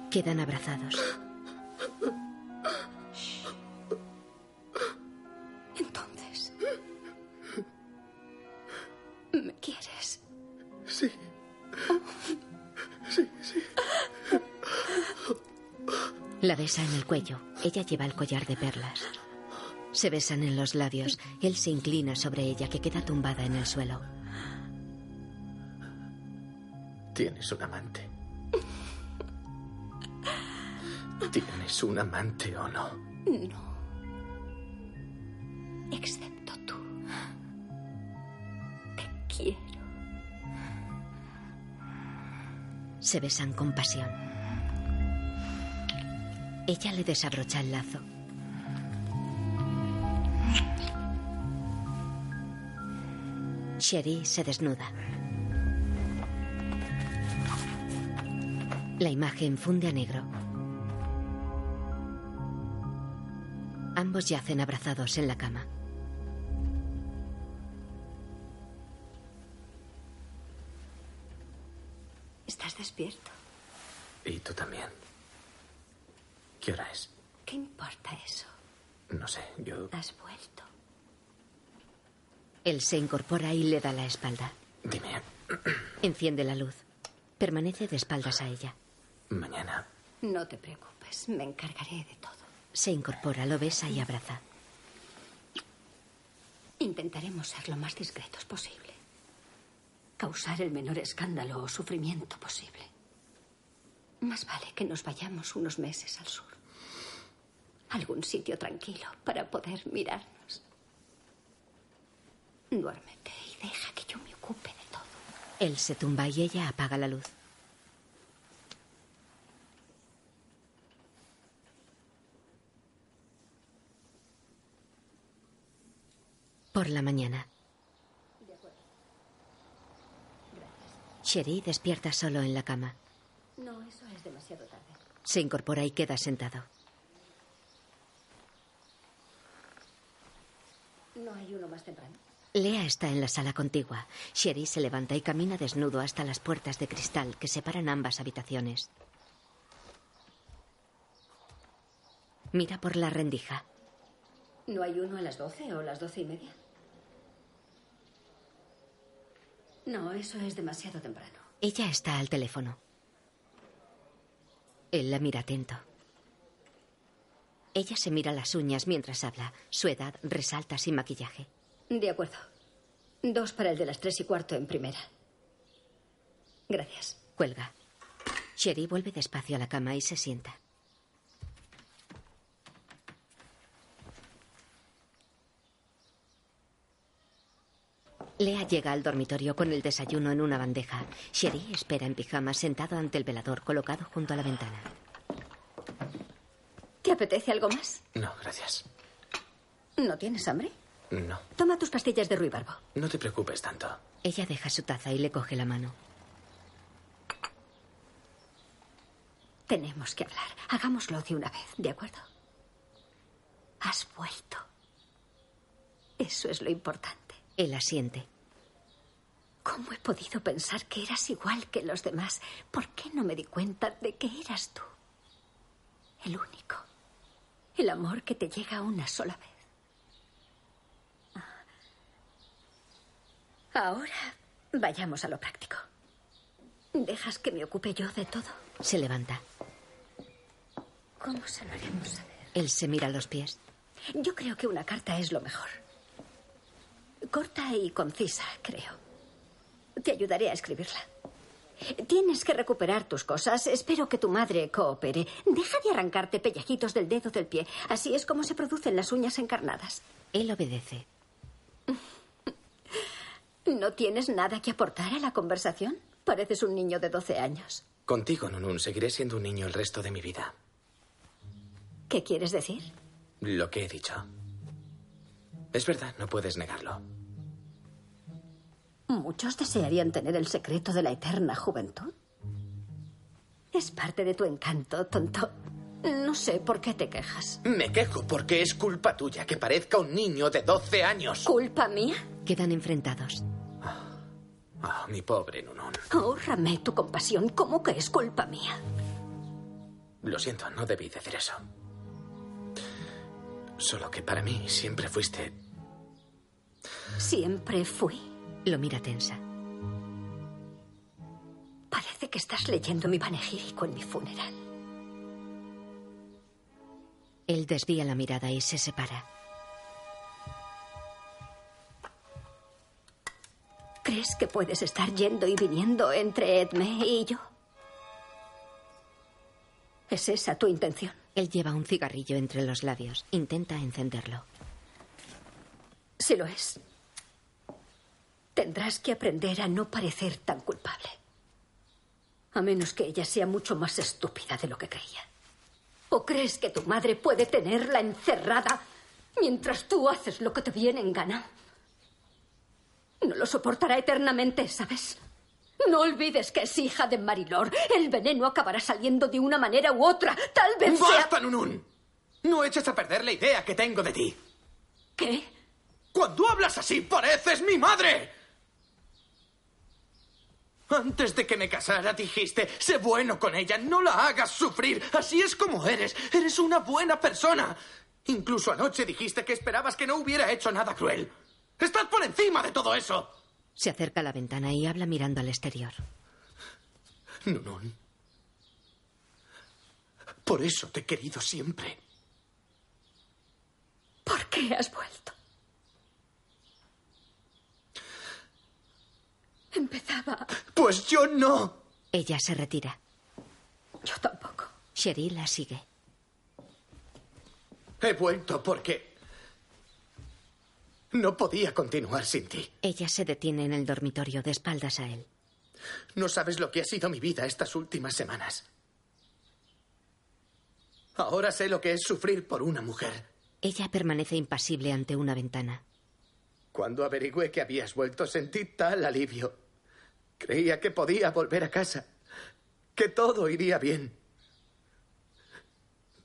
[SPEAKER 2] Quedan abrazados.
[SPEAKER 4] Entonces... ¿Me quieres?
[SPEAKER 7] Sí. Sí, sí.
[SPEAKER 2] La besa en el cuello. Ella lleva el collar de perlas. Se besan en los labios. Él se inclina sobre ella, que queda tumbada en el suelo.
[SPEAKER 7] Tienes un amante. Tienes un amante o no.
[SPEAKER 4] No. Excepto tú. Te quiero.
[SPEAKER 2] Se besan con pasión. Ella le desabrocha el lazo. Sherry se desnuda. La imagen funde a negro. Ambos yacen abrazados en la cama.
[SPEAKER 4] Estás despierto.
[SPEAKER 7] Y tú también. ¿Qué hora es?
[SPEAKER 4] ¿Qué importa eso?
[SPEAKER 7] No sé, yo...
[SPEAKER 4] Has vuelto.
[SPEAKER 2] Él se incorpora y le da la espalda.
[SPEAKER 7] Dime,
[SPEAKER 2] Enciende la luz. Permanece de espaldas a ella.
[SPEAKER 7] mañana.
[SPEAKER 4] No te preocupes, me encargaré de todo.
[SPEAKER 2] Se incorpora, lo besa y abraza.
[SPEAKER 4] Intentaremos ser lo más discretos posible. Causar el menor escándalo o sufrimiento posible. Más vale que nos vayamos unos meses al sur. A Algún sitio tranquilo para poder mirarnos. Duérmete y deja que yo me ocupe de todo.
[SPEAKER 2] Él se tumba y ella apaga la luz. Por la mañana. Sherry despierta solo en la cama.
[SPEAKER 4] No, eso es demasiado tarde.
[SPEAKER 2] Se incorpora y queda sentado.
[SPEAKER 4] ¿No hay uno más temprano?
[SPEAKER 2] Lea está en la sala contigua. Sherry se levanta y camina desnudo hasta las puertas de cristal que separan ambas habitaciones. Mira por la rendija.
[SPEAKER 4] ¿No hay uno a las doce o las doce y media? No, eso es demasiado temprano.
[SPEAKER 2] Ella está al teléfono. Él la mira atento. Ella se mira las uñas mientras habla. Su edad resalta sin maquillaje.
[SPEAKER 4] De acuerdo. Dos para el de las tres y cuarto en primera. Gracias.
[SPEAKER 2] Cuelga. Sherry vuelve despacio a la cama y se sienta. Lea llega al dormitorio con el desayuno en una bandeja. Sherry espera en pijama sentado ante el velador colocado junto a la ventana.
[SPEAKER 4] ¿Te apetece algo más?
[SPEAKER 7] No, gracias.
[SPEAKER 4] ¿No tienes hambre?
[SPEAKER 7] No,
[SPEAKER 4] Toma tus pastillas de ruibarbo.
[SPEAKER 7] no te preocupes tanto.
[SPEAKER 2] Ella deja su taza y le coge la mano.
[SPEAKER 4] Tenemos que hablar. Hagámoslo de una vez, ¿de acuerdo? Has vuelto. Eso es lo importante.
[SPEAKER 2] Él asiente.
[SPEAKER 4] ¿Cómo he podido pensar que eras igual que los demás? ¿Por qué no me di cuenta de que eras tú? El único. El amor que te llega una sola Ah, vez. Ahora vayamos a lo práctico. ¿Dejas que me ocupe yo de todo?
[SPEAKER 2] Se levanta.
[SPEAKER 4] ¿Cómo se lo haremos? a ver?
[SPEAKER 2] Él se mira los pies.
[SPEAKER 4] Yo creo que una carta es lo mejor. Corta y concisa, creo. Te ayudaré a escribirla. Tienes que recuperar tus cosas. Espero que tu madre coopere. Deja de arrancarte pellajitos del dedo del pie. Así es como se producen las uñas encarnadas.
[SPEAKER 2] Él obedece.
[SPEAKER 4] ¿No tienes nada que aportar a la conversación? Pareces un niño de 12 años.
[SPEAKER 7] Contigo, Nunun, seguiré siendo un niño el resto de mi vida.
[SPEAKER 4] ¿Qué quieres decir?
[SPEAKER 7] Lo que he dicho. Es verdad, no puedes negarlo.
[SPEAKER 4] Muchos desearían tener el secreto de la eterna juventud. Es parte de tu encanto, tonto. No sé por qué te quejas.
[SPEAKER 7] Me quejo porque es culpa tuya que parezca un niño de 12 años.
[SPEAKER 4] ¿Culpa mía?
[SPEAKER 2] Quedan enfrentados.
[SPEAKER 7] Ah, mi pobre Nunun.
[SPEAKER 4] Ahórrame tu compasión. ¿Cómo que es culpa mía?
[SPEAKER 7] Lo siento, no debí decir eso. Solo que para mí siempre fuiste
[SPEAKER 4] Siempre fui.
[SPEAKER 2] Lo mira tensa.
[SPEAKER 4] Parece que estás leyendo mi panegírico en mi funeral.
[SPEAKER 2] Él desvía la mirada y se separa.
[SPEAKER 4] ¿Crees que puedes estar yendo y viniendo entre Edme y yo? ¿Es esa tu intención?
[SPEAKER 2] Él lleva un cigarrillo entre los labios. Intenta encenderlo.
[SPEAKER 4] Si lo es, tendrás que aprender a no parecer tan culpable. A menos que ella sea mucho más estúpida de lo que creía. ¿O crees que tu madre puede tenerla encerrada mientras tú haces lo que te viene en gana? No lo soportará eternamente, ¿sabes? No olvides que es hija de Marilor. El veneno acabará saliendo de una manera u otra. Tal vez sea...
[SPEAKER 7] ¡Basta, Nunun! No eches a perder la idea que tengo de ti.
[SPEAKER 4] ¿Qué?
[SPEAKER 7] Cuando hablas así, pareces mi madre. Antes de que me casara dijiste, sé bueno con ella, no la hagas sufrir. Así es como eres. Eres una buena persona. Incluso anoche dijiste que esperabas que no hubiera hecho nada cruel. Estás por encima de todo eso.
[SPEAKER 2] Se acerca a la ventana y habla mirando al exterior.
[SPEAKER 7] Nunun. Por eso te he querido siempre.
[SPEAKER 4] ¿Por qué has vuelto? Empezaba.
[SPEAKER 7] Pues yo no.
[SPEAKER 2] Ella se retira.
[SPEAKER 4] Yo tampoco.
[SPEAKER 2] Cheryl la sigue.
[SPEAKER 7] He vuelto porque... No podía continuar sin ti.
[SPEAKER 2] Ella se detiene en el dormitorio de espaldas a él.
[SPEAKER 7] No sabes lo que ha sido mi vida estas últimas semanas. Ahora sé lo que es sufrir por una mujer.
[SPEAKER 2] Ella permanece impasible ante una ventana.
[SPEAKER 7] Cuando averigüé que habías vuelto sentí tal alivio. Creía que podía volver a casa, que todo iría bien.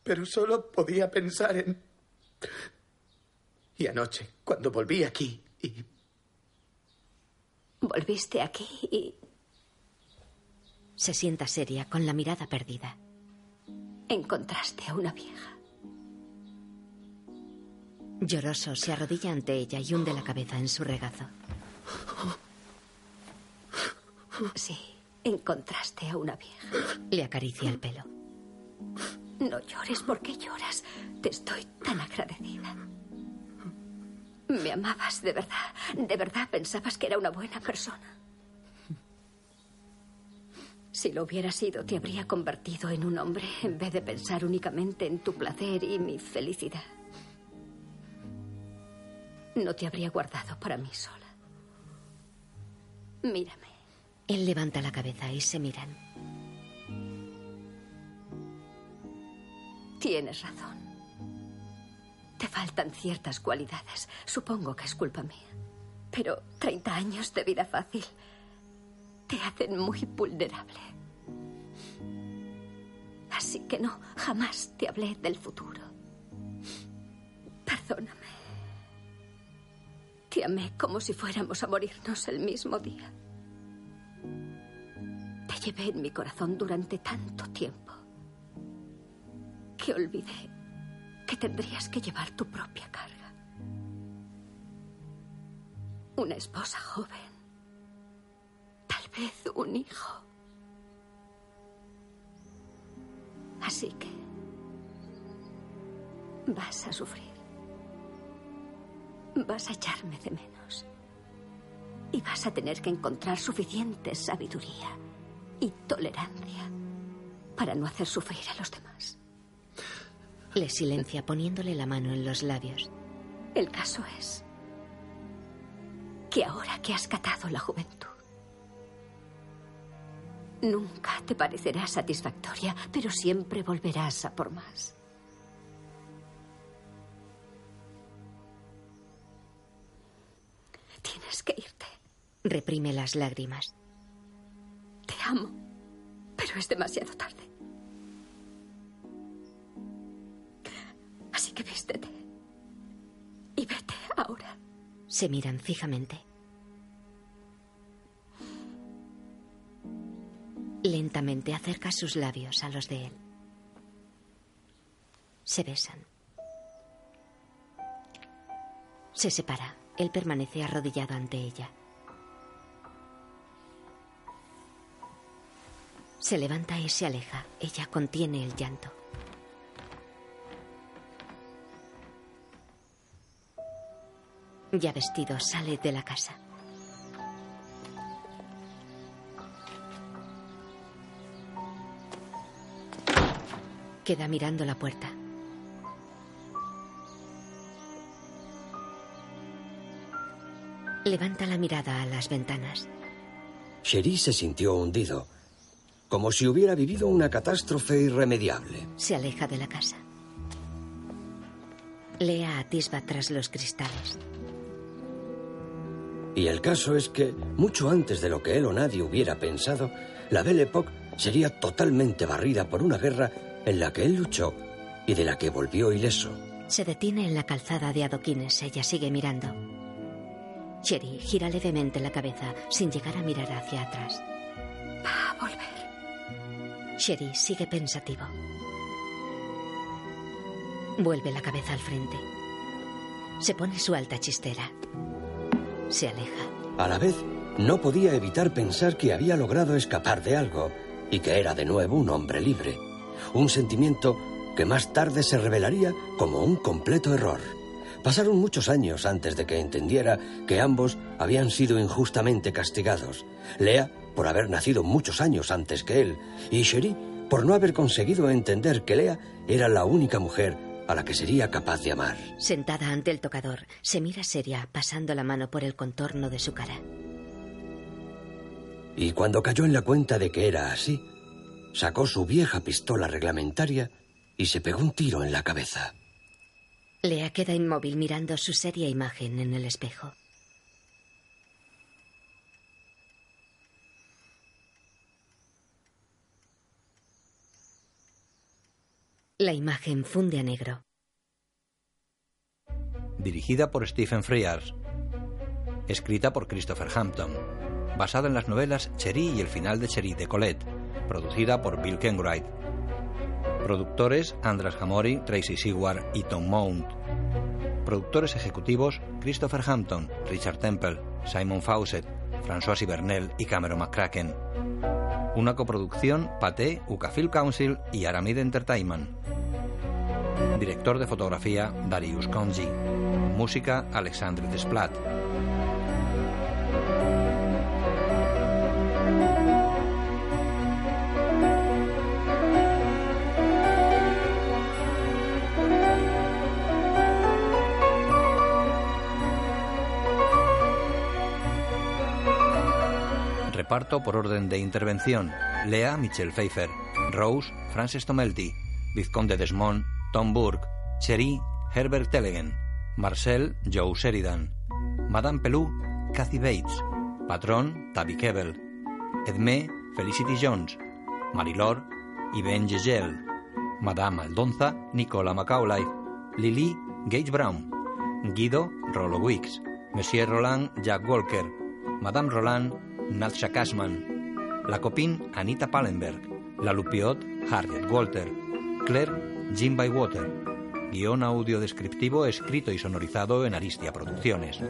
[SPEAKER 7] Pero solo podía pensar en... Y anoche, cuando volví aquí y...
[SPEAKER 4] Volviste aquí y...
[SPEAKER 2] Se sienta seria, con la mirada perdida.
[SPEAKER 4] Encontraste a una vieja.
[SPEAKER 2] Lloroso se arrodilla ante ella y hunde la cabeza en su regazo.
[SPEAKER 4] Sí, encontraste a una vieja.
[SPEAKER 2] Le acaricia el pelo.
[SPEAKER 4] No llores porque lloras. Te estoy tan agradecida. Me amabas de verdad. De verdad pensabas que era una buena persona. Si lo hubiera sido, te habría convertido en un hombre en vez de pensar únicamente en tu placer y mi felicidad. No te habría guardado para mí sola. Mírame.
[SPEAKER 2] Él levanta la cabeza y se miran.
[SPEAKER 4] Tienes razón. Te faltan ciertas cualidades. Supongo que es culpa mía. Pero 30 años de vida fácil te hacen muy vulnerable. Así que no, jamás te hablé del futuro. Perdóname. Te amé como si fuéramos a morirnos el mismo día. Te llevé en mi corazón durante tanto tiempo que olvidé que tendrías que llevar tu propia carga. Una esposa joven. Tal vez un hijo. Así que vas a sufrir vas a echarme de menos. Y vas a tener que encontrar suficiente sabiduría y tolerancia para no hacer sufrir a los demás.
[SPEAKER 2] Le silencia poniéndole la mano en los labios.
[SPEAKER 4] El caso es que ahora que has catado la juventud, Nunca te parecerá satisfactoria, pero siempre volverás a por más. Tienes que irte.
[SPEAKER 2] Reprime las lágrimas.
[SPEAKER 4] Te amo, pero es demasiado tarde. Así que vístete. Y vete ahora.
[SPEAKER 2] Se miran fijamente. Lentamente acerca sus labios a los de él. Se besan. Se separa. Él permanece arrodillado ante ella. Se levanta y se aleja. Ella contiene el llanto. Ya vestido, sale de la casa. Queda mirando la puerta. Levanta la mirada a las ventanas.
[SPEAKER 3] Cherie se sintió hundido, como si hubiera vivido una catástrofe irremediable.
[SPEAKER 2] Se aleja de la casa. Lea atisba tras los cristales.
[SPEAKER 3] Y el caso es que, mucho antes de lo que él o nadie hubiera pensado, la Belle Époque sería totalmente barrida por una guerra en la que él luchó y de la que volvió ileso.
[SPEAKER 2] Se detiene en la calzada de adoquines. Ella sigue mirando. Cherry gira levemente la cabeza sin llegar a mirar hacia atrás.
[SPEAKER 4] Va a volver.
[SPEAKER 2] Sherry sigue pensativo. Vuelve la cabeza al frente. Se pone su alta chistera. Se aleja.
[SPEAKER 3] A la vez, no podía evitar pensar que había logrado escapar de algo y que era de nuevo un hombre libre. Un sentimiento que más tarde se revelaría como un completo error. Pasaron muchos años antes de que entendiera que ambos habían sido injustamente castigados. Lea por haber nacido muchos años antes que él y Cherie por no haber conseguido entender que Lea era la única mujer a la que sería capaz de amar.
[SPEAKER 2] Sentada ante el tocador, se mira seria, pasando la mano por el contorno de su cara.
[SPEAKER 3] Y cuando cayó en la cuenta de que era así, sacó su vieja pistola reglamentaria y se pegó un tiro en la cabeza.
[SPEAKER 2] Lea queda inmóvil mirando su seria imagen en el espejo. La imagen funde a negro.
[SPEAKER 8] Dirigida por Stephen Frears. Escrita por Christopher Hampton. Basada en las novelas Cherie y el final de Cherie de Colette. Producida por Bill Kenwright. Productores Andras Hamori, Tracy Seward y Tom Mount. Productores ejecutivos Christopher Hampton, Richard Temple, Simon Fawcett, François Sibernel y Cameron McCracken. Una coproducción Paté, Ucafil Council y Aramid Entertainment. Director de fotografía Darius Conji. Música Alexandre Desplat. Reparto por orden de intervención. Lea Michelle Pfeiffer. Rose, Frances Tomelty. Vizconde Desmond, Tom Burke. Cherie, Herbert Telegen. Marcel, Joe Sheridan. Madame Pelú, Kathy Bates. Patrón, Tabby Kebbell. Edmé, Felicity Jones. Marilor, Yvonne Gegel. Madame Aldonza, Nicola Macaulay. Lily, Gage Brown. Guido, Rollo Wicks. Monsieur Roland, Jack Walker. Madame Roland, Nadsha Cashman, la Copín Anita Pallenberg, la Lupiot Harriet Walter, Claire Jim Bywater. Guión audio descriptivo escrito y sonorizado en Aristia Producciones.